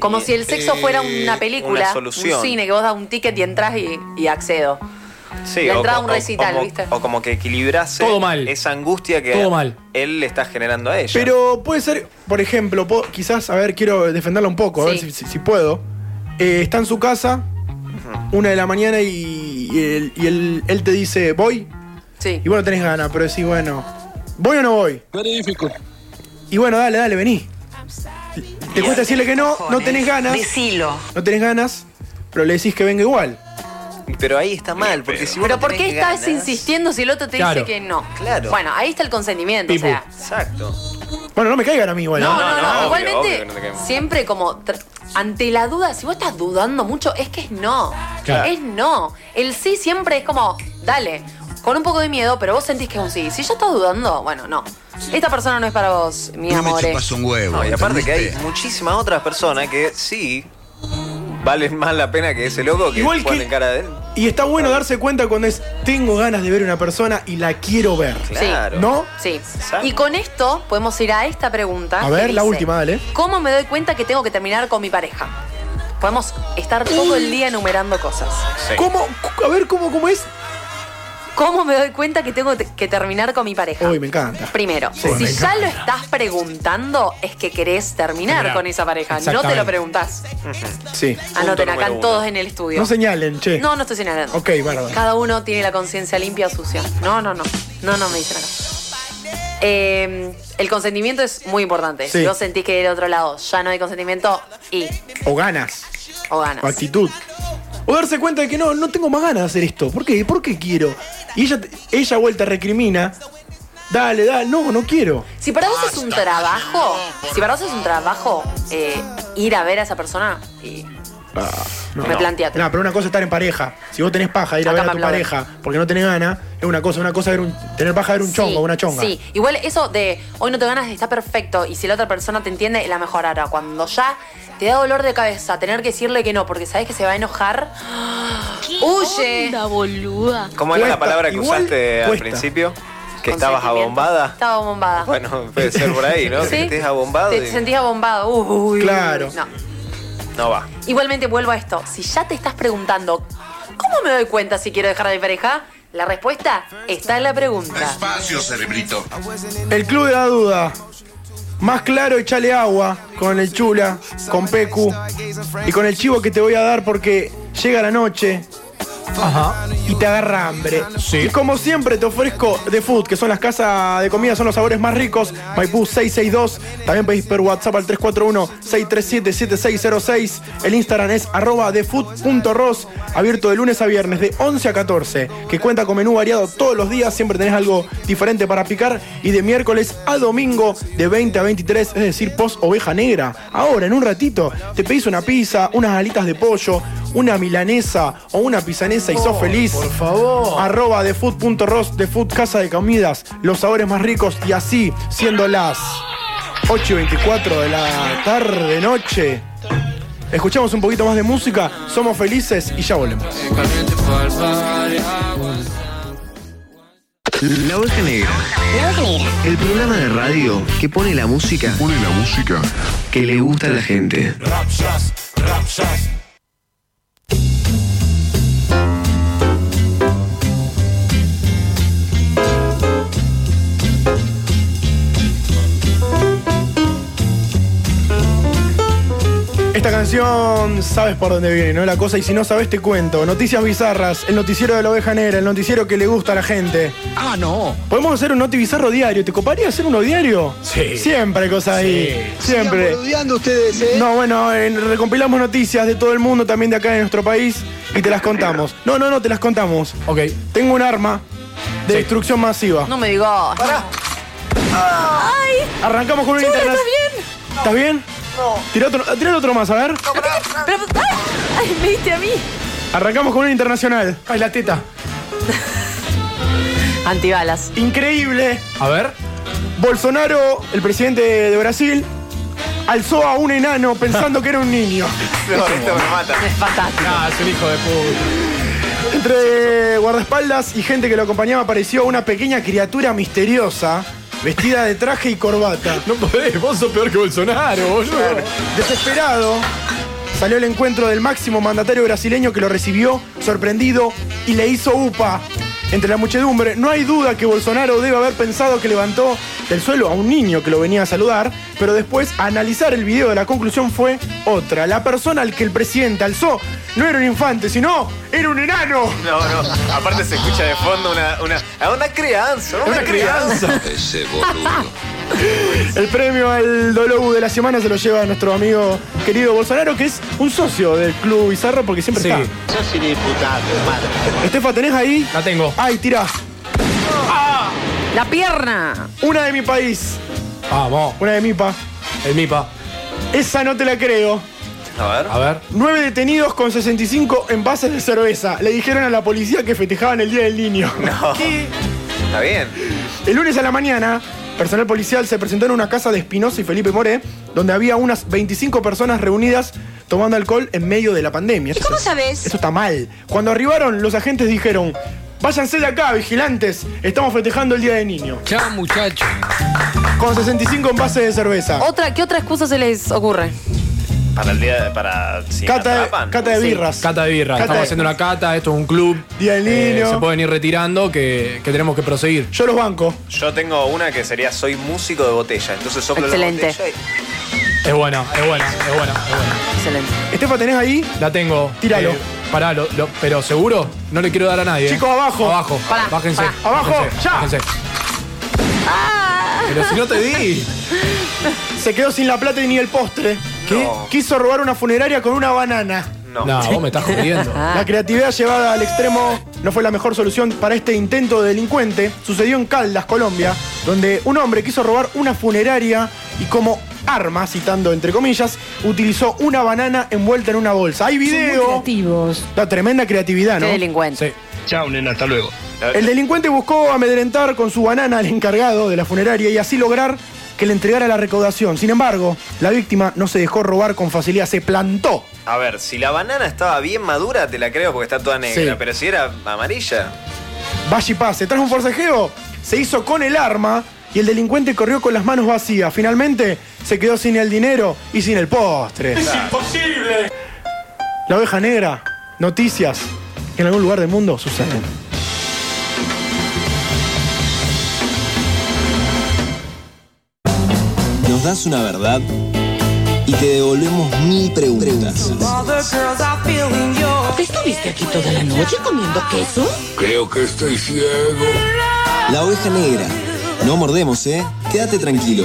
Como si el sexo eh, fuera una película, una solución. un cine, que vos das un ticket y entras y, y accedo. Sí, la o entrada a co- un o- recital, como- ¿viste? O como que equilibrase esa angustia que Todo mal. él le está generando a ella. Pero puede ser, por ejemplo, po- quizás, a ver, quiero defenderla un poco, a ver si, si- si puedo. Eh, está en su casa, una de la mañana y, y él, y él- él te dice, voy. Sí. Y bueno, tenés ganas, pero decís, bueno, ¿voy o no voy? Y bueno, dale, dale, vení. Te cuesta decirle que no, no tenés ganas. Decilo. No tenés ganas, pero le decís que venga igual. Pero ahí está mal, porque si vos Pero no ¿por qué tenés estás ganas- insistiendo si el otro te Claro. dice que no? Claro. Bueno, ahí está el consentimiento, Pipu. o sea. Exacto. Bueno, no me caigan a mí igual. No, ¿eh? no, no, obvio, igualmente obvio que no te quemo. siempre como tr- ante la duda, si vos estás dudando mucho, es que es no. Claro. Es no. El sí siempre es como, dale, con un poco de miedo, pero vos sentís que es un sí. Si yo estás dudando, bueno, no. Esta persona no es para vos, mi amor. eh. No, y aparte que hay muchísimas otras personas que sí valen más la pena que ese loco que Igual que- ponen cara de él. Y está bueno darse cuenta cuando es, tengo ganas de ver una persona y la quiero ver. Claro. ¿No? Sí. Y con esto podemos ir a esta pregunta. A que ver, la dice, última, dale. ¿Cómo me doy cuenta que tengo que terminar con mi pareja? Podemos estar todo el día enumerando cosas. ¿Cómo? A ver, ¿cómo, cómo es? ¿Cómo me doy cuenta que tengo te- que terminar con mi pareja? Uy, me encanta. Primero, Sí, si me ya lo estás preguntando, es que querés terminar Terminar. con esa pareja. No te Exactamente. lo preguntás. Sí. Anoten acá todos en el estudio. No señalen, che. No, no estoy señalando. Ok, bárbaro. Cada uno tiene la conciencia limpia o sucia. No, no, no. No, no me dicen acá. Eh, el consentimiento es muy importante. Sí. Si vos sentís que del otro lado ya no hay consentimiento, y O ganas, o ganas. o actitud. O darse cuenta de que no, no tengo más ganas de hacer esto. ¿Por qué? ¿Por qué quiero? Y ella, te- ella vuelta recrimina. Dale, dale, no, no quiero. Si para vos es un trabajo, si para vos es un trabajo eh, ir a ver a esa persona, y Ah, no. Replanteate. No, pero una cosa es estar en pareja. Si vos tenés paja, ir a Acá ver a me tu aplauden. pareja porque no tenés ganas, es una cosa. Una cosa es ver un- tener paja ver un chongo, una chonga. Sí, igual eso de hoy no te ganas está perfecto y si la otra persona te entiende, la mejorará. Cuando ya te da dolor de cabeza tener que decirle que no porque sabes que se va a enojar, huye. boluda. ¿Cómo era la palabra que igual usaste al cuesta. principio? Que estabas abombada. Estaba bombada. Bueno, puede ser por ahí, ¿no? Sí. Que te estés abombado. Te y- sentís abombado. Uy, Claro. no. No va. Igualmente vuelvo a esto. Si ya te estás preguntando, ¿cómo me doy cuenta si quiero dejar a mi pareja? La respuesta está en la pregunta. Espacio, cerebrito. El club de la duda. Más claro, echale agua con el chula, con Pecu y con el chivo que te voy a dar porque llega la noche y te agarra hambre. Y como siempre te ofrezco The Food, que son las casas de comida, son los sabores más ricos. Maipú 662. También pedís por WhatsApp al 341-637-7606. El Instagram es arroba thefood.ros, abierto de lunes a viernes de 11 a 14, que cuenta con menú variado todos los días. Siempre tenés algo diferente para picar. Y de miércoles a domingo de 20 a 23, es decir, post oveja negra. Ahora, en un ratito, te pedís una pizza, unas alitas de pollo, una milanesa o una pisanesa y sos feliz. Oh, Por favor. Arroba de food.ros, de food casa de comidas, los sabores más ricos y así, siendo las 8 y 24 de la tarde, noche. Escuchamos un poquito más de música, somos felices y ya volvemos. La Oveja Negra. El programa de radio que pone la música. Pone la música. Que le gusta a la gente. Rapsas, rapsas. Esta canción sabes por dónde viene, ¿no? La cosa, y si no sabes, te cuento. Noticias bizarras, el noticiero de la oveja negra, el noticiero que le gusta a la gente. Ah, no. Podemos hacer un noti bizarro diario. ¿Te coparía hacer uno diario? Sí. Siempre hay cosas ahí. Sí. Siempre. ustedes, No, bueno, eh, recompilamos noticias de todo el mundo, también de acá de nuestro país, y te las contamos. No, no, no, te las contamos. Ok. Tengo un arma de destrucción masiva. No me digas. ¡Ay! Arrancamos con un Chula, internet. ¿estás bien? ¿Estás bien? No. Tira otro, tira otro más, a ver. Pero- ¡Ay! ¡Ay! ¡Me diste a mí! Arrancamos con un internacional. Ay, la teta. Antibalas. Increíble. A ver. Bolsonaro, el presidente de Brasil, alzó a un enano pensando que era un niño. No, esto me mata. Es fantástico. Ah, No, es un hijo de puta. Entre guardaespaldas y gente que lo acompañaba apareció una pequeña criatura misteriosa. Vestida de traje y corbata. No podés, vos sos peor que Bolsonaro, boludo. Desesperado, salió al encuentro del máximo mandatario brasileño que lo recibió sorprendido y le hizo upa. Entre la muchedumbre, no hay duda que Bolsonaro debe haber pensado que levantó del suelo a un niño que lo venía a saludar, pero después analizar el video de la conclusión fue otra. La persona al que el presidente alzó no era un infante, sino era un enano. No, no. Aparte se escucha de fondo una. una a una crianza, una, Una crianza. Ese boludo. El premio al Dolou de la semana se lo lleva nuestro amigo querido Bolsonaro, que es un socio del Club Bizarro porque siempre Sí. está. Yo soy diputado, hermano. Estefa, ¿tenés ahí? La tengo. Ay, tirás. La pierna. Una de mi país. Vamos. Una de Mipa. El MIPA. Esa no te la creo. A ver. A ver. Nueve detenidos con 65 envases de cerveza. Le dijeron a la policía que festejaban el Día del Niño. No. Está bien. El lunes a la mañana, personal policial se presentó en una casa de Espinosa y Felipe More, donde había unas 25 personas reunidas tomando alcohol en medio de la pandemia. ¿Y cómo sabes? Eso está mal. Cuando arribaron, los agentes dijeron, váyanse de acá, vigilantes, estamos festejando el Día del Niño. Chao, muchacho. Con 65 envases de cerveza. Otra, ¿Qué otra excusa se les ocurre? Para el día. Para. Si me Cata de- atrapan. cata de birras. Cata de birra. Cata Estamos de- haciendo una cata, esto es un club. Día del Eh, niño. se pueden ir retirando que, que tenemos que proseguir. Yo los banco. Yo tengo una que sería soy músico de botella. Entonces soplo Excelente. la botella y- Es buena, es buena, es buena, es buena. Excelente. Estefa, ¿tenés ahí? La tengo. Eh, Tíralo. pará, lo- lo- pero seguro no le quiero dar a nadie. ¿eh? Chicos, abajo. Abajo. Pará, bájense. pará. Abajo, bájense, ya. bájense. Pero si no te di. Se quedó sin la plata y ni el postre. ¿Qué? Quiso robar una funeraria con una banana. No. vos me estás jodiendo. La creatividad llevada al extremo no fue la mejor solución para este intento de delincuente. Sucedió en Caldas, Colombia, donde un hombre quiso robar una funeraria y como arma, citando entre comillas, utilizó una banana envuelta en una bolsa. Hay video. La tremenda creatividad, ¿no? delincuente. Chao, nena, hasta luego. El delincuente buscó amedrentar con su banana al encargado de la funeraria y así lograr que le entregara la recaudación. Sin embargo, la víctima no se dejó robar con facilidad, se plantó. A ver, si la banana estaba bien madura, te la creo porque está toda negra. Sí. Pero si era amarilla. Vaya y pase. Tras un forcejeo, se hizo con el arma y el delincuente corrió con las manos vacías. Finalmente, se quedó sin el dinero y sin el postre. imposible. La oveja negra, noticias que en algún lugar del mundo suceden. Nos das una verdad y te devolvemos mil preguntas. ¿Te estuviste aquí toda la noche comiendo queso? Creo que estoy ciego. La oveja negra. No mordemos, ¿eh? Quédate tranquilo.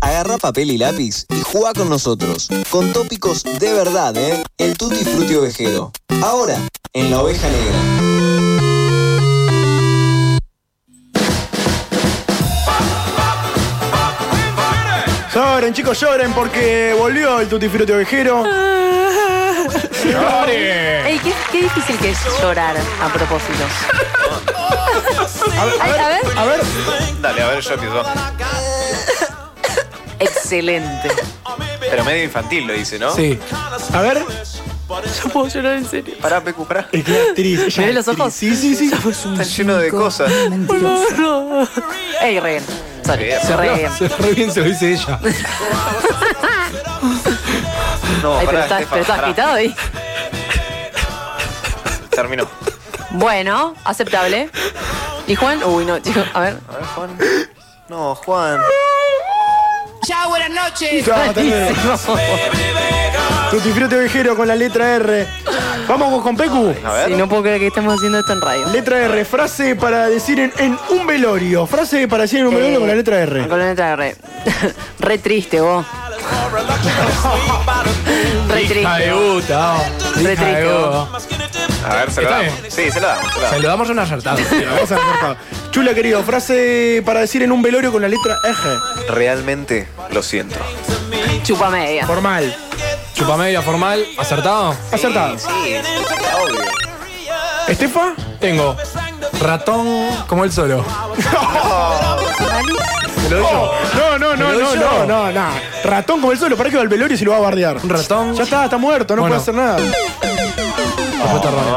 Agarra papel y lápiz y juega con nosotros, con tópicos de verdad, ¿eh? El tutti frutti ovejero. Ahora, en La Oveja Negra. Lloren, chicos, lloren porque volvió el Tutti Frutti Ovejero. Ey, qué, qué difícil que es llorar a propósito. Ay, a ver. A ver. Dale, a ver, yo que Excelente. Pero medio infantil lo dice, ¿no? Sí. A ver. No puedo llorar en serio. Pará, Pecu, pará. Es que actriz. ¿Me ves los ojos? Sí, sí, sí. Están llenos de cosas. Ey, re bien. Sorry, Bien. se re bien. Se re bien se lo dice ella. No, Ay, pero pará, estás, Estefa, pero estás pará. quitado ahí. Terminó. Bueno, aceptable. ¿Y Juan? Uy, no, chico, a ver. A ver, Juan. No, Juan. Chao, buenas noches. Chao, hasta luego. Tutti Frutti Ovejero con la letra R. Vamos con Pecu. Sí, no puedo creer que estemos haciendo esto en radio. Letra R, frase para decir en, en un velorio. Frase para decir en un velorio Eh, con la letra R. Con la letra R. Re triste vos. Re Hija triste. de vos. puta. oh. Re Hija de triste, puta. A ver, se lo Está damos. Sí, se lo damos. Se lo Se damos. lo damos a un acertado. Vamos a ver, por favor. Chula, querido, frase para decir en un velorio con la letra R. Realmente lo siento. Chupa media. Formal. Chupamedia formal, acertado. Acertado. ¿Estefa? Tengo ratón como el solo. No, ¿Te lo doy yo? no, no, ¿Te lo no, doy no, yo. no, no, no. Ratón como el suelo, ¿para qué va al velorio si lo va a bardear? Ratón. Ya está, está muerto, no Bueno. puede hacer nada.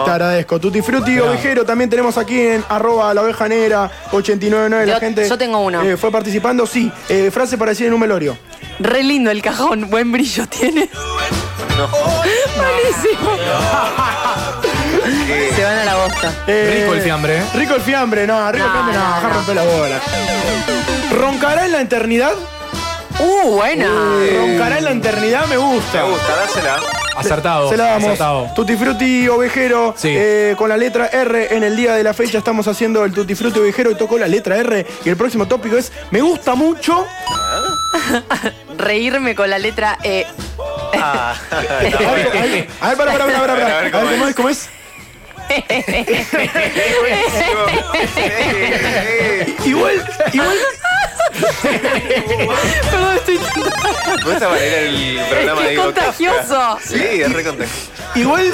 Te agradezco. Tutti Frutti Claro. Ovejero también tenemos aquí en arroba la oveja negra 899 la Yo- gente. yo tengo uno. eh, fue participando, sí. Eh, frase para decir en un velorio. Re lindo el cajón, buen brillo tiene. Buenísimo. Se van a la bosta. Rico el fiambre, ¿eh? Rico el fiambre, no, rico el fiambre, no, Acá rompe la bola. ¿Roncará en la eternidad? Uh, buena. Roncará en la eternidad me gusta. Me gusta, dásela. Acertado. Se la damos. Oh, Acertado. Tutti Frutti Ovejero. eh, con la letra R en el día de la fecha estamos haciendo el Tutti Frutti Ovejero y tocó la letra R. Y el próximo tópico es Me gusta mucho. Reírme con la letra E. Ah, A ver, a ver, a ver, para, para, para, para, para. A ver, A ver, ¿cómo es? ¿Cómo es? Igual, igual. Perdón, estoy. Me gusta manera el programa Qué de Ivo Kafka. contagioso. Sí, es re contagioso. Igual.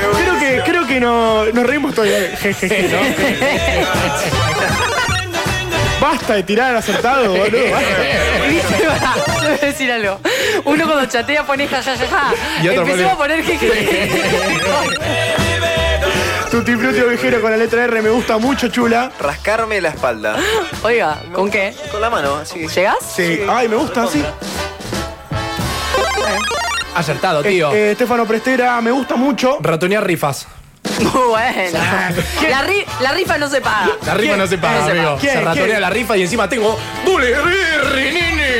Creo que, creo que no, nos reímos Eh, todavía. Jejeje, ¿no? Basta de tirar al acertado, boludo. basta. Viste, pará, yo voy a decir algo. Uno cuando chatea pone jajaja. Y otro Empecemos a poner jejeje. Tutti Frutti Ovejero con la letra R me gusta mucho, chula. Rascarme la espalda. Oiga, ¿con qué? Con la mano, así. ¿Llegás? Sí. Ay, me gusta, sí. Acertado, tío. Eh, Estefano Prestera, me gusta mucho. Ratonear rifas. Muy bueno. La, ri- la rifa no se paga. La rifa no se paga, amigo. ¿Quién? Se ratonea ¿Quién? la rifa y encima tengo. ¡Dule, birri, nene!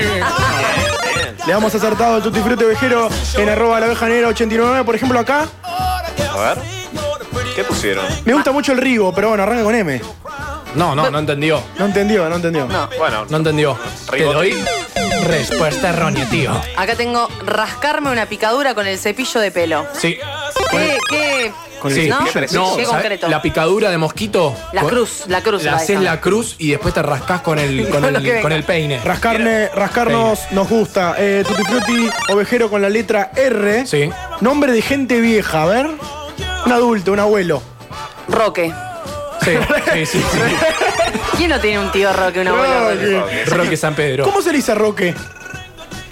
Le damos acertado al Tutti Frutti Ovejero en arroba la oveja negra 89. Por ejemplo, acá A ver. ¿Qué pusieron? me gusta mucho el Rigo, pero bueno, arranca con M. No, no, no entendió. No entendió, no entendió. Bueno, No entendió. Te doy respuesta errónea, tío. Acá tengo rascarme una picadura con el cepillo de pelo. Sí. ¿Qué? ¿Qué? Sí. ¿No? No, Qué ¿sabes? concreto. La picadura de mosquito. La cruz, la cruz. Le va haces esa. la cruz y después te rascás con el, con Con lo que el, venga. con el peine. Rascarne, rascarnos nos gusta. Eh, Tutti Frutti Ovejero con la letra R. Sí. Nombre de gente vieja, a ver. Un adulto, un abuelo. Roque. Sí, sí, sí. sí. ¿Quién no tiene un tío Roque, un abuelo? Roque. Roque San Pedro. ¿Cómo se le dice a Roque?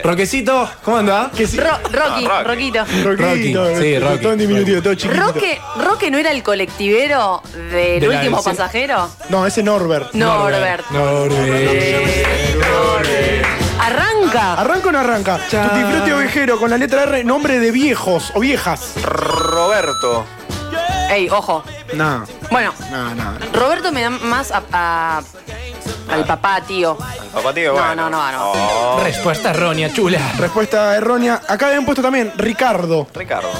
Roquecito, ¿cómo anda? Que sí. Ro- Rocky, Roquito. Rocky, sí, Rocky. Todo en diminutivo, todo chiquito. Roque, Roque no era el colectivero del De la- último sí. pasajero. No, ese Norbert. Norbert. Ah, Arranca. Arranca o no arranca. Tutti Frutti Ovejero con la letra R, nombre de viejos o viejas. Roberto. ah. Ey, ojo. No, Bueno, no, no. Roberto me da más a- a- al papá, tío. Papá tío, No, bueno. Oh, no, no, no. Respuesta errónea, chula. Respuesta errónea. Acá habían puesto también Ricardo. Ricardo.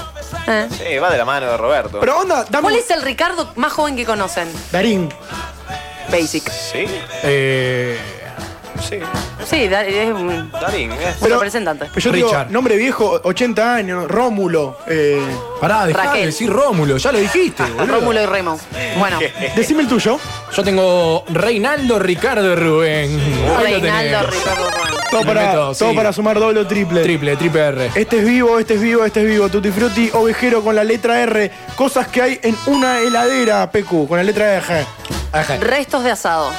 Eh. Sí, va de la mano de Roberto. Pero onda, dame ¿Cuál es el Ricardo más joven que conocen? Darín. Basic. Sí, Eh, sí. Sí, da- es un, Darín, eh. un representante. Pero yo digo, nombre viejo, 80 años, Rómulo. eh, Pará, dejá Raquel. de decir Rómulo, ya lo dijiste, boludo. Rómulo y Remo. Bueno, Decime el tuyo. Yo tengo Reinaldo Ricardo Rubén. Ahí lo tenés. Reinaldo Ricardo Remo. Todo, Me para, meto, todo sí. para sumar doble o triple. Triple, triple R. Este es vivo, este es vivo, este es vivo. Tutti Frutti, ovejero con la letra R. Cosas que hay en una heladera, PQ, con la letra R. Ajá. Restos de asado.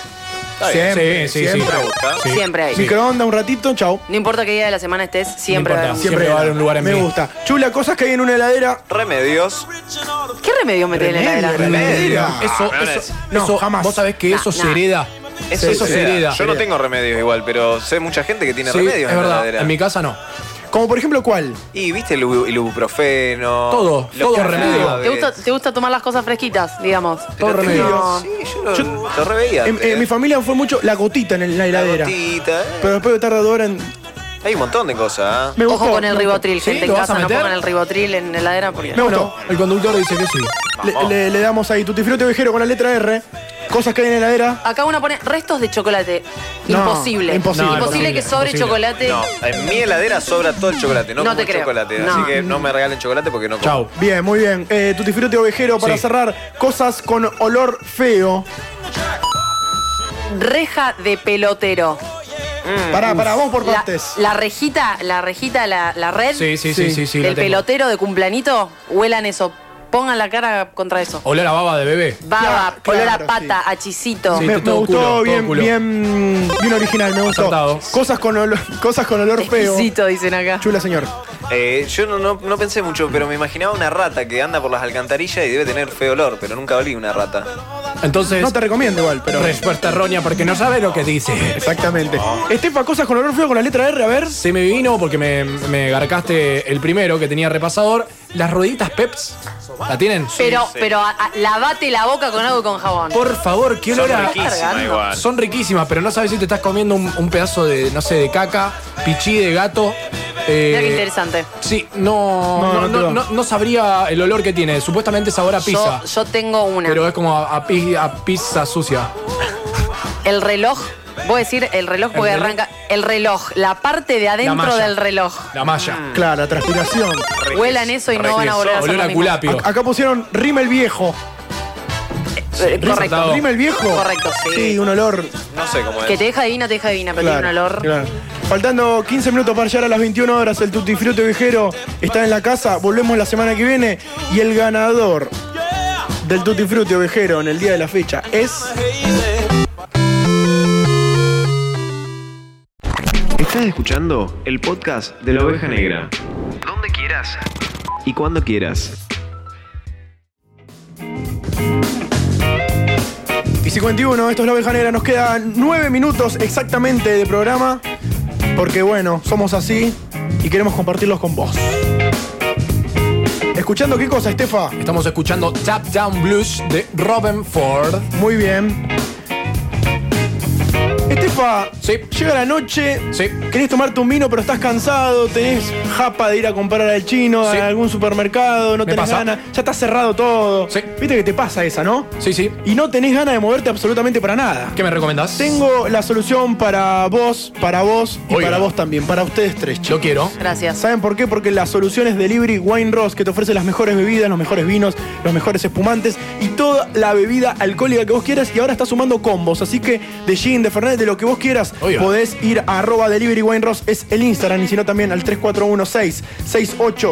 Siempre, sí, sí, sí. siempre. Ah, Sí. Siempre hay. Microondas un ratito, chau. No importa qué día de la semana estés, siempre No va importa, a haber un- Siempre va a haber un lugar en Me mí. gusta. Chula, cosas que hay en una heladera. Remedios. ¿Qué remedio meter en la heladera? Ah, Heladera. Eso, no, eso, no, eso, jamás. Vos sabés que No, eso se no. hereda. Eso, se hereda. Yo no tengo remedios igual, pero sé mucha gente que tiene Sí, remedios es en la verdad. heladera. En mi casa no. Como por ejemplo, ¿cuál? Y viste el, ibu- el ibuprofeno. Todo, lo todo que remedio. sabe. ¿Te gusta, ¿Te gusta tomar las cosas fresquitas, digamos? Todo Pero te remedio. digo, Sí, yo lo, lo reveía. En, en mi familia fue mucho la gotita en el- la heladera. Pero después de tarde dos horas en. eh. Hay un montón de cosas. ¿eh? Me gustó. Ojo con el me ribotril, ¿Sí? gente. En ¿Lo vas a casa no meter? pongan el ribotril en la heladera porque... Me Bueno, gustó. el conductor dice que sí. Le, le- le damos ahí Tutti Frutti ovejero con la letra R. Cosas que hay en la heladera. Acá uno pone restos de chocolate. No, imposible. imposible. No, imposible, que sobre imposible. chocolate. No, en mi heladera sobra todo el chocolate. No, No como te creo. chocolate. No. Así que no me regalen chocolate porque no como. Chau. Bien, muy bien. Eh, Tutti Frutti ovejero para Sí. cerrar. Cosas con olor feo. Reja de pelotero. Pará, pará, vamos por Mm. La, partes. la rejita, la rejita, la, la red Sí, sí, sí, sí, sí, lo del tengo. pelotero de cumplanito, huelan eso Pongan la cara contra eso. Olor a baba de bebé. Baba, Oh, Claro, olor sí. a pata, a chisito. Sí, me, me todo gustó culo, todo bien, culo. bien, bien original, me gustó. Cosas con olor, cosas con olor feo. Exquisito, dicen acá. Chula, señor. Eh, yo no, no- no pensé mucho, pero me imaginaba una rata que anda por las alcantarillas y debe tener feo olor, pero nunca olí una rata. Entonces. No te recomiendo igual, pero. Respuesta errónea porque no sabe lo que dice. Exactamente. Estefa, cosas con olor feo con la letra R, a ver. Se me vino porque me, me garcaste el primero que tenía repasador. Las rueditas Peps. ¿La tienen? Pero, pero a- a- lavate la boca con algo y con jabón. Por favor, qué Son olor a- riquísimas igual. Son riquísimas, pero no sabes si te estás comiendo un, un pedazo de, no sé, de caca, pichí de gato. eh, Mira qué interesante. Sí, no No, no, no te va. no- no- no sabría el olor que tiene. Supuestamente sabor a pizza. Yo, yo tengo una. Pero es como a, a pi- a pizza sucia. El reloj, voy a decir el reloj porque reloj? arranca. El reloj, la parte de adentro malla. del reloj. La malla. Ah. Claro, la transpiración. Huelan eso y no van a volver a hacer lo mismo. Ac- Acá pusieron Rimmel viejo. Eh, correcto. Rimmel viejo. Correcto, sí. Sí, un olor. No sé cómo Que te deja divina, te deja divina, pero Claro, tiene un olor. claro. Faltando 15 minutos para llegar a las 21 horas, el Tutti Frutti Viajero está en la casa. Volvemos la semana que viene y el ganador del Tutti Frutti Viajero en el día de la fecha es. Estás escuchando el podcast de la oveja negra. Donde quieras y cuando quieras. Y 51, esto es La Oveja Negra. Nos quedan 9 minutos exactamente de programa. Porque bueno, somos así y queremos compartirlos con vos. ¿Escuchando qué cosa, Estefa? Estamos escuchando Tap Down Blues de Robin Ford. Muy bien. Estefa, llega la noche, querés tomarte un vino pero estás cansado, tenés japa de ir a comprar al chino, a algún supermercado, no Me tenés pasa. ganas, ya está cerrado todo. Viste que te pasa esa, ¿no? Sí, sí. Y no tenés ganas de moverte absolutamente para nada. ¿Qué me recomendás? Tengo la solución para vos, para vos y Oiga. para vos también, para ustedes tres. Yo quiero. Gracias. ¿Saben por qué? Porque la solución es Delivery Wine Ross, que te ofrece las mejores bebidas, los mejores vinos, los mejores espumantes y toda la bebida alcohólica que vos quieras. Y ahora está sumando combos. Así que de gin, de fernet, de lo que vos quieras, podés ir a arroba Delivery Wine Ross, es el Instagram. Y si no, también al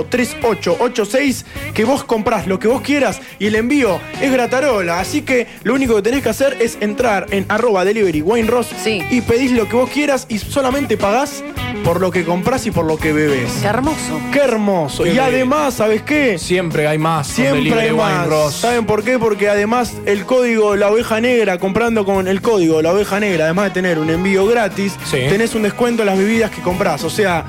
3416-683886, que vos comprás lo que vos quieras y el envío es gratarola. Así que lo único que tenés que hacer es entrar en arroba Delivery Wine Ross y pedís lo que vos quieras y solamente pagás por lo que comprás y por lo que bebés. Qué hermoso. Qué hermoso. Qué y bello. además, ¿sabes qué? Siempre hay más. con Siempre delivery hay wine más. ross. ¿Saben por qué? Porque además el código La Oveja Negra, comprando con el código La Oveja Negra, además de tener un envío gratis, tenés un descuento en las bebidas que comprás. O sea,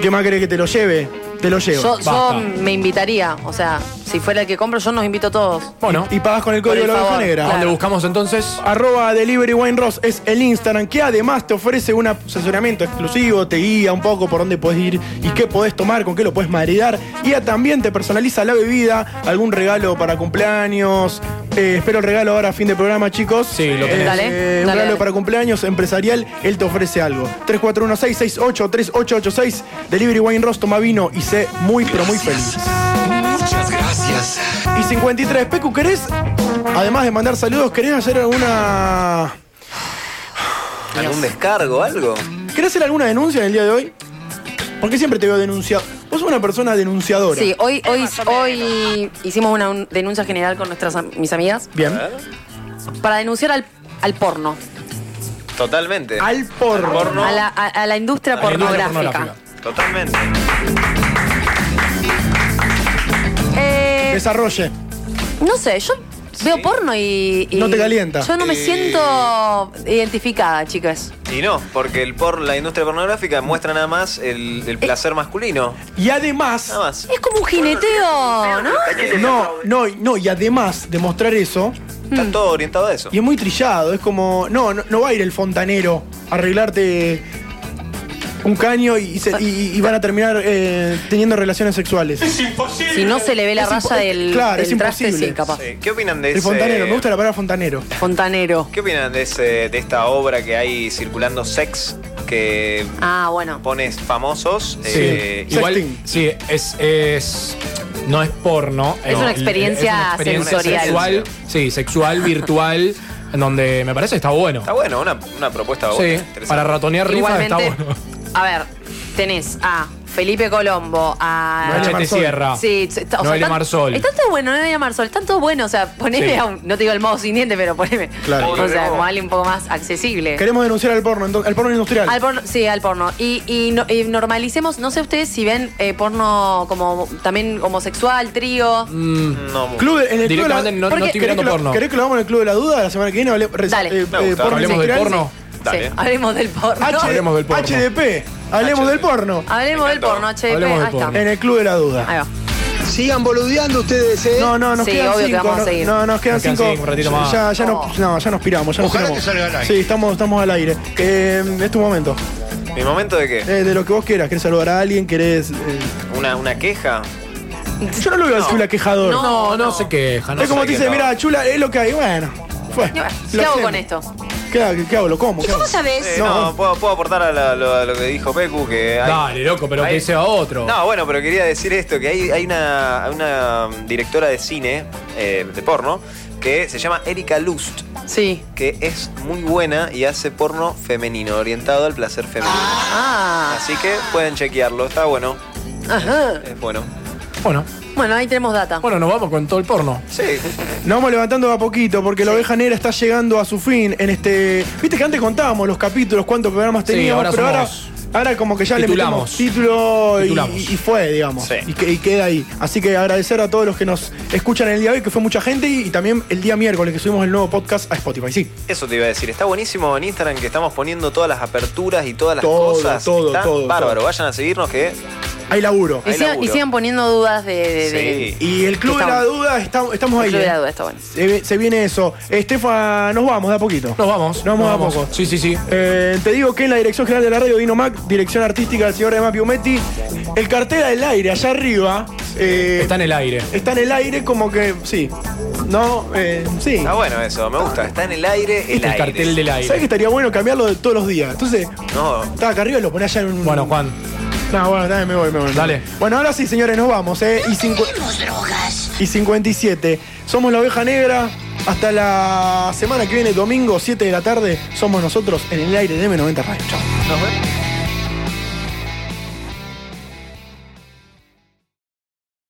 ¿qué más querés que te lo lleve? Te lo llevo. Yo, yo me invitaría, o sea, si fuera el que compro, yo nos invito a todos. Bueno. Y pagas con el código Por el La Oveja favor, Negra. claro. ¿Dónde buscamos entonces? Arroba Delivery Wine Ross es el Instagram que además te ofrece un asesoramiento exclusivo, te guía un poco por dónde puedes ir y qué podés tomar, con qué lo puedes maridar. Y a- también te personaliza la bebida, algún regalo para cumpleaños. Eh, espero el regalo ahora a fin de programa, chicos. Sí, lo tenés. Dale, un dale, regalo dale. para cumpleaños empresarial, él te ofrece algo. 3416683886, Delivery Wine Ross, toma vino y sé muy, pero muy feliz. Muchas gracias. Y 53, Pecu, ¿querés, además de mandar saludos, querés hacer alguna... ¿Algún descargo, algo? ¿Querés hacer alguna denuncia en el día de hoy? Porque siempre te veo denunciado. Vos sos una persona denunciadora. Sí, hoy, hoy, hoy hicimos una un- denuncia general con nuestras am- mis amigas Bien. para denunciar al, al porno, Totalmente. Al porno. a, la, a- a la industria pornográfica. Totalmente. Eh, Desarrolle. no sé, yo veo porno y, y- No te calienta. Yo no me Eh. siento identificada, chicas. Y no, porque el por, la industria pornográfica muestra nada más el, el placer masculino. Y además... Nada más. Es como un jineteo, ¿no? No, no, no, y además de mostrar eso... Está todo orientado a eso. Mm. Y es muy trillado, es como... No, no, no va a ir el fontanero a arreglarte un caño y, se- y- y van a terminar eh, teniendo relaciones sexuales. Si no se le ve la Es raya impo- del, claro, del es traste, imposible. sí, capaz. Sí. ¿Qué opinan de El ese...? fontanero, me gusta la palabra fontanero. Fontanero. ¿Qué opinan de, ese, de esta obra que hay circulando sex que Ah, bueno. pones famosos? Sí. eh, Igual, sí, es, es- No es porno. Es no, una experiencia sensorial. Sexual, sí, sexual, virtual, en donde me parece está bueno. Está bueno, una, una propuesta buena, Sí, interesante. para ratonear rifas está Igualmente, bueno. A ver, tenés a Felipe Colombo, a. Noelia Machete Marsol. Sierra. Sí, t- t- o sea, Noelia tan- Marsol. Está todo bueno, Noelia Marsol, están todos buenos. O sea, poneme Sí. a un. No te digo el modo sin diente, pero poneme. Claro. O sea, como alguien un poco más accesible. Queremos denunciar al porno, entonces, al porno industrial. Al porno, sí, al porno. Y, y no- y normalicemos, no sé ustedes si ven eh, porno como también homosexual, trío. No, Club de- en el club de la- Directamente no- no Porque- estoy ¿Querés mirando que lo- porno. ¿Querés que lo hagamos en el Club de la Duda la semana que viene? Hable- res- Dale. Me gusta. porno ¿Hablemos del industrial, porno? sí. Sí, hablemos del porno. H- HDP. Hablemos del porno. Hablemos del porno, HDP. ahí está. En el Club de la Duda. Ahí va. Sigan boludeando ustedes, ¿eh? No, no, nos Sí, quedan obvio que cinco. vamos a no, seguir. No, nos quedan Nos quedan cinco. cinco, un ratito más. Ya, ya, no- Oh. no, ya nos piramos. Ya nos Ojalá piramos. que salga al aire. Sí, estamos, estamos al aire. Eh, es tu momento. ¿Mi momento de qué? Eh, de lo que vos quieras. ¿Querés saludar a alguien? ¿Querés...? eh, ¿Una, una queja? Yo no lo veo al Chula quejador. No, no, no. se queja. es como te dice, mira, Chula, es lo que hay. Bueno, fue. Y bueno, ¿Qué Lo hago hacemos. con esto? ¿Qué hago? ¿Qué hago? ¿Lo como? ¿Y ¿Qué cómo hago? sabes? Eh, no, puedo, puedo aportar a la- lo, a lo que dijo Pecu, que hay- Dale, loco, pero Ahí. que sea otro. No, bueno, pero quería decir esto, que hay, hay una, hay una directora de cine, eh, de porno, que se llama Erika Lust, Sí. que es muy buena y hace porno femenino, orientado al placer femenino. Ah. Así que pueden chequearlo, está bueno, Ajá. es bueno. Bueno, Bueno, ahí tenemos data. bueno, nos vamos con todo el porno. Sí. Nos vamos levantando de a poquito porque la oveja negra está llegando a su fin en este. Viste que antes contábamos los capítulos, cuántos programas Sí, teníamos, ahora pero ahora, somos- ahora como que ya Titulamos. le metemos título y- Titulamos. y, y fue, digamos. Sí. Y, que- y queda ahí. Así que agradecer a todos los que nos escuchan en el día de hoy, que fue mucha gente, y, y también el día miércoles que subimos el nuevo podcast a Spotify. Sí. Eso te iba a decir, está buenísimo en Instagram que estamos poniendo todas las aperturas y todas las Todo, cosas. todo, está todo, bárbaro, todo. vayan a seguirnos que... Hay laburo. Y, Hay sigan, laburo. y sigan poniendo dudas de. de- de- Sí. Y el Club de la Estamos- Duda, está- estamos El ahí. Club eh. de la duda, está bueno. Se, ve- se viene eso. Estefan, nos vamos de a poquito. Nos vamos. Nos vamos de a vamos. poco. Sí, sí, sí. Eh, te digo que en la dirección general de la radio Dino Mac, dirección artística del señor Emma Piumetti, el cartel del aire allá arriba eh, Está en el aire. Este está en el aire como que sí. No, eh, sí. Está bueno eso, me gusta, está en el aire, el, Este es el aire. cartel del ¿Sabes que aire. estaría bueno cambiarlo de todos los días? Entonces, No, está acá arriba y lo ponés allá en un. Bueno, Juan, No, bueno, dale, me voy, me voy. Dale. Bueno, ahora sí, señores, nos vamos, ¿eh? Y, cincu- y 57. Somos la oveja negra. Hasta la semana que viene, domingo, 7 de la tarde, somos nosotros en el aire de M90 Radio. Chao. nos vemos.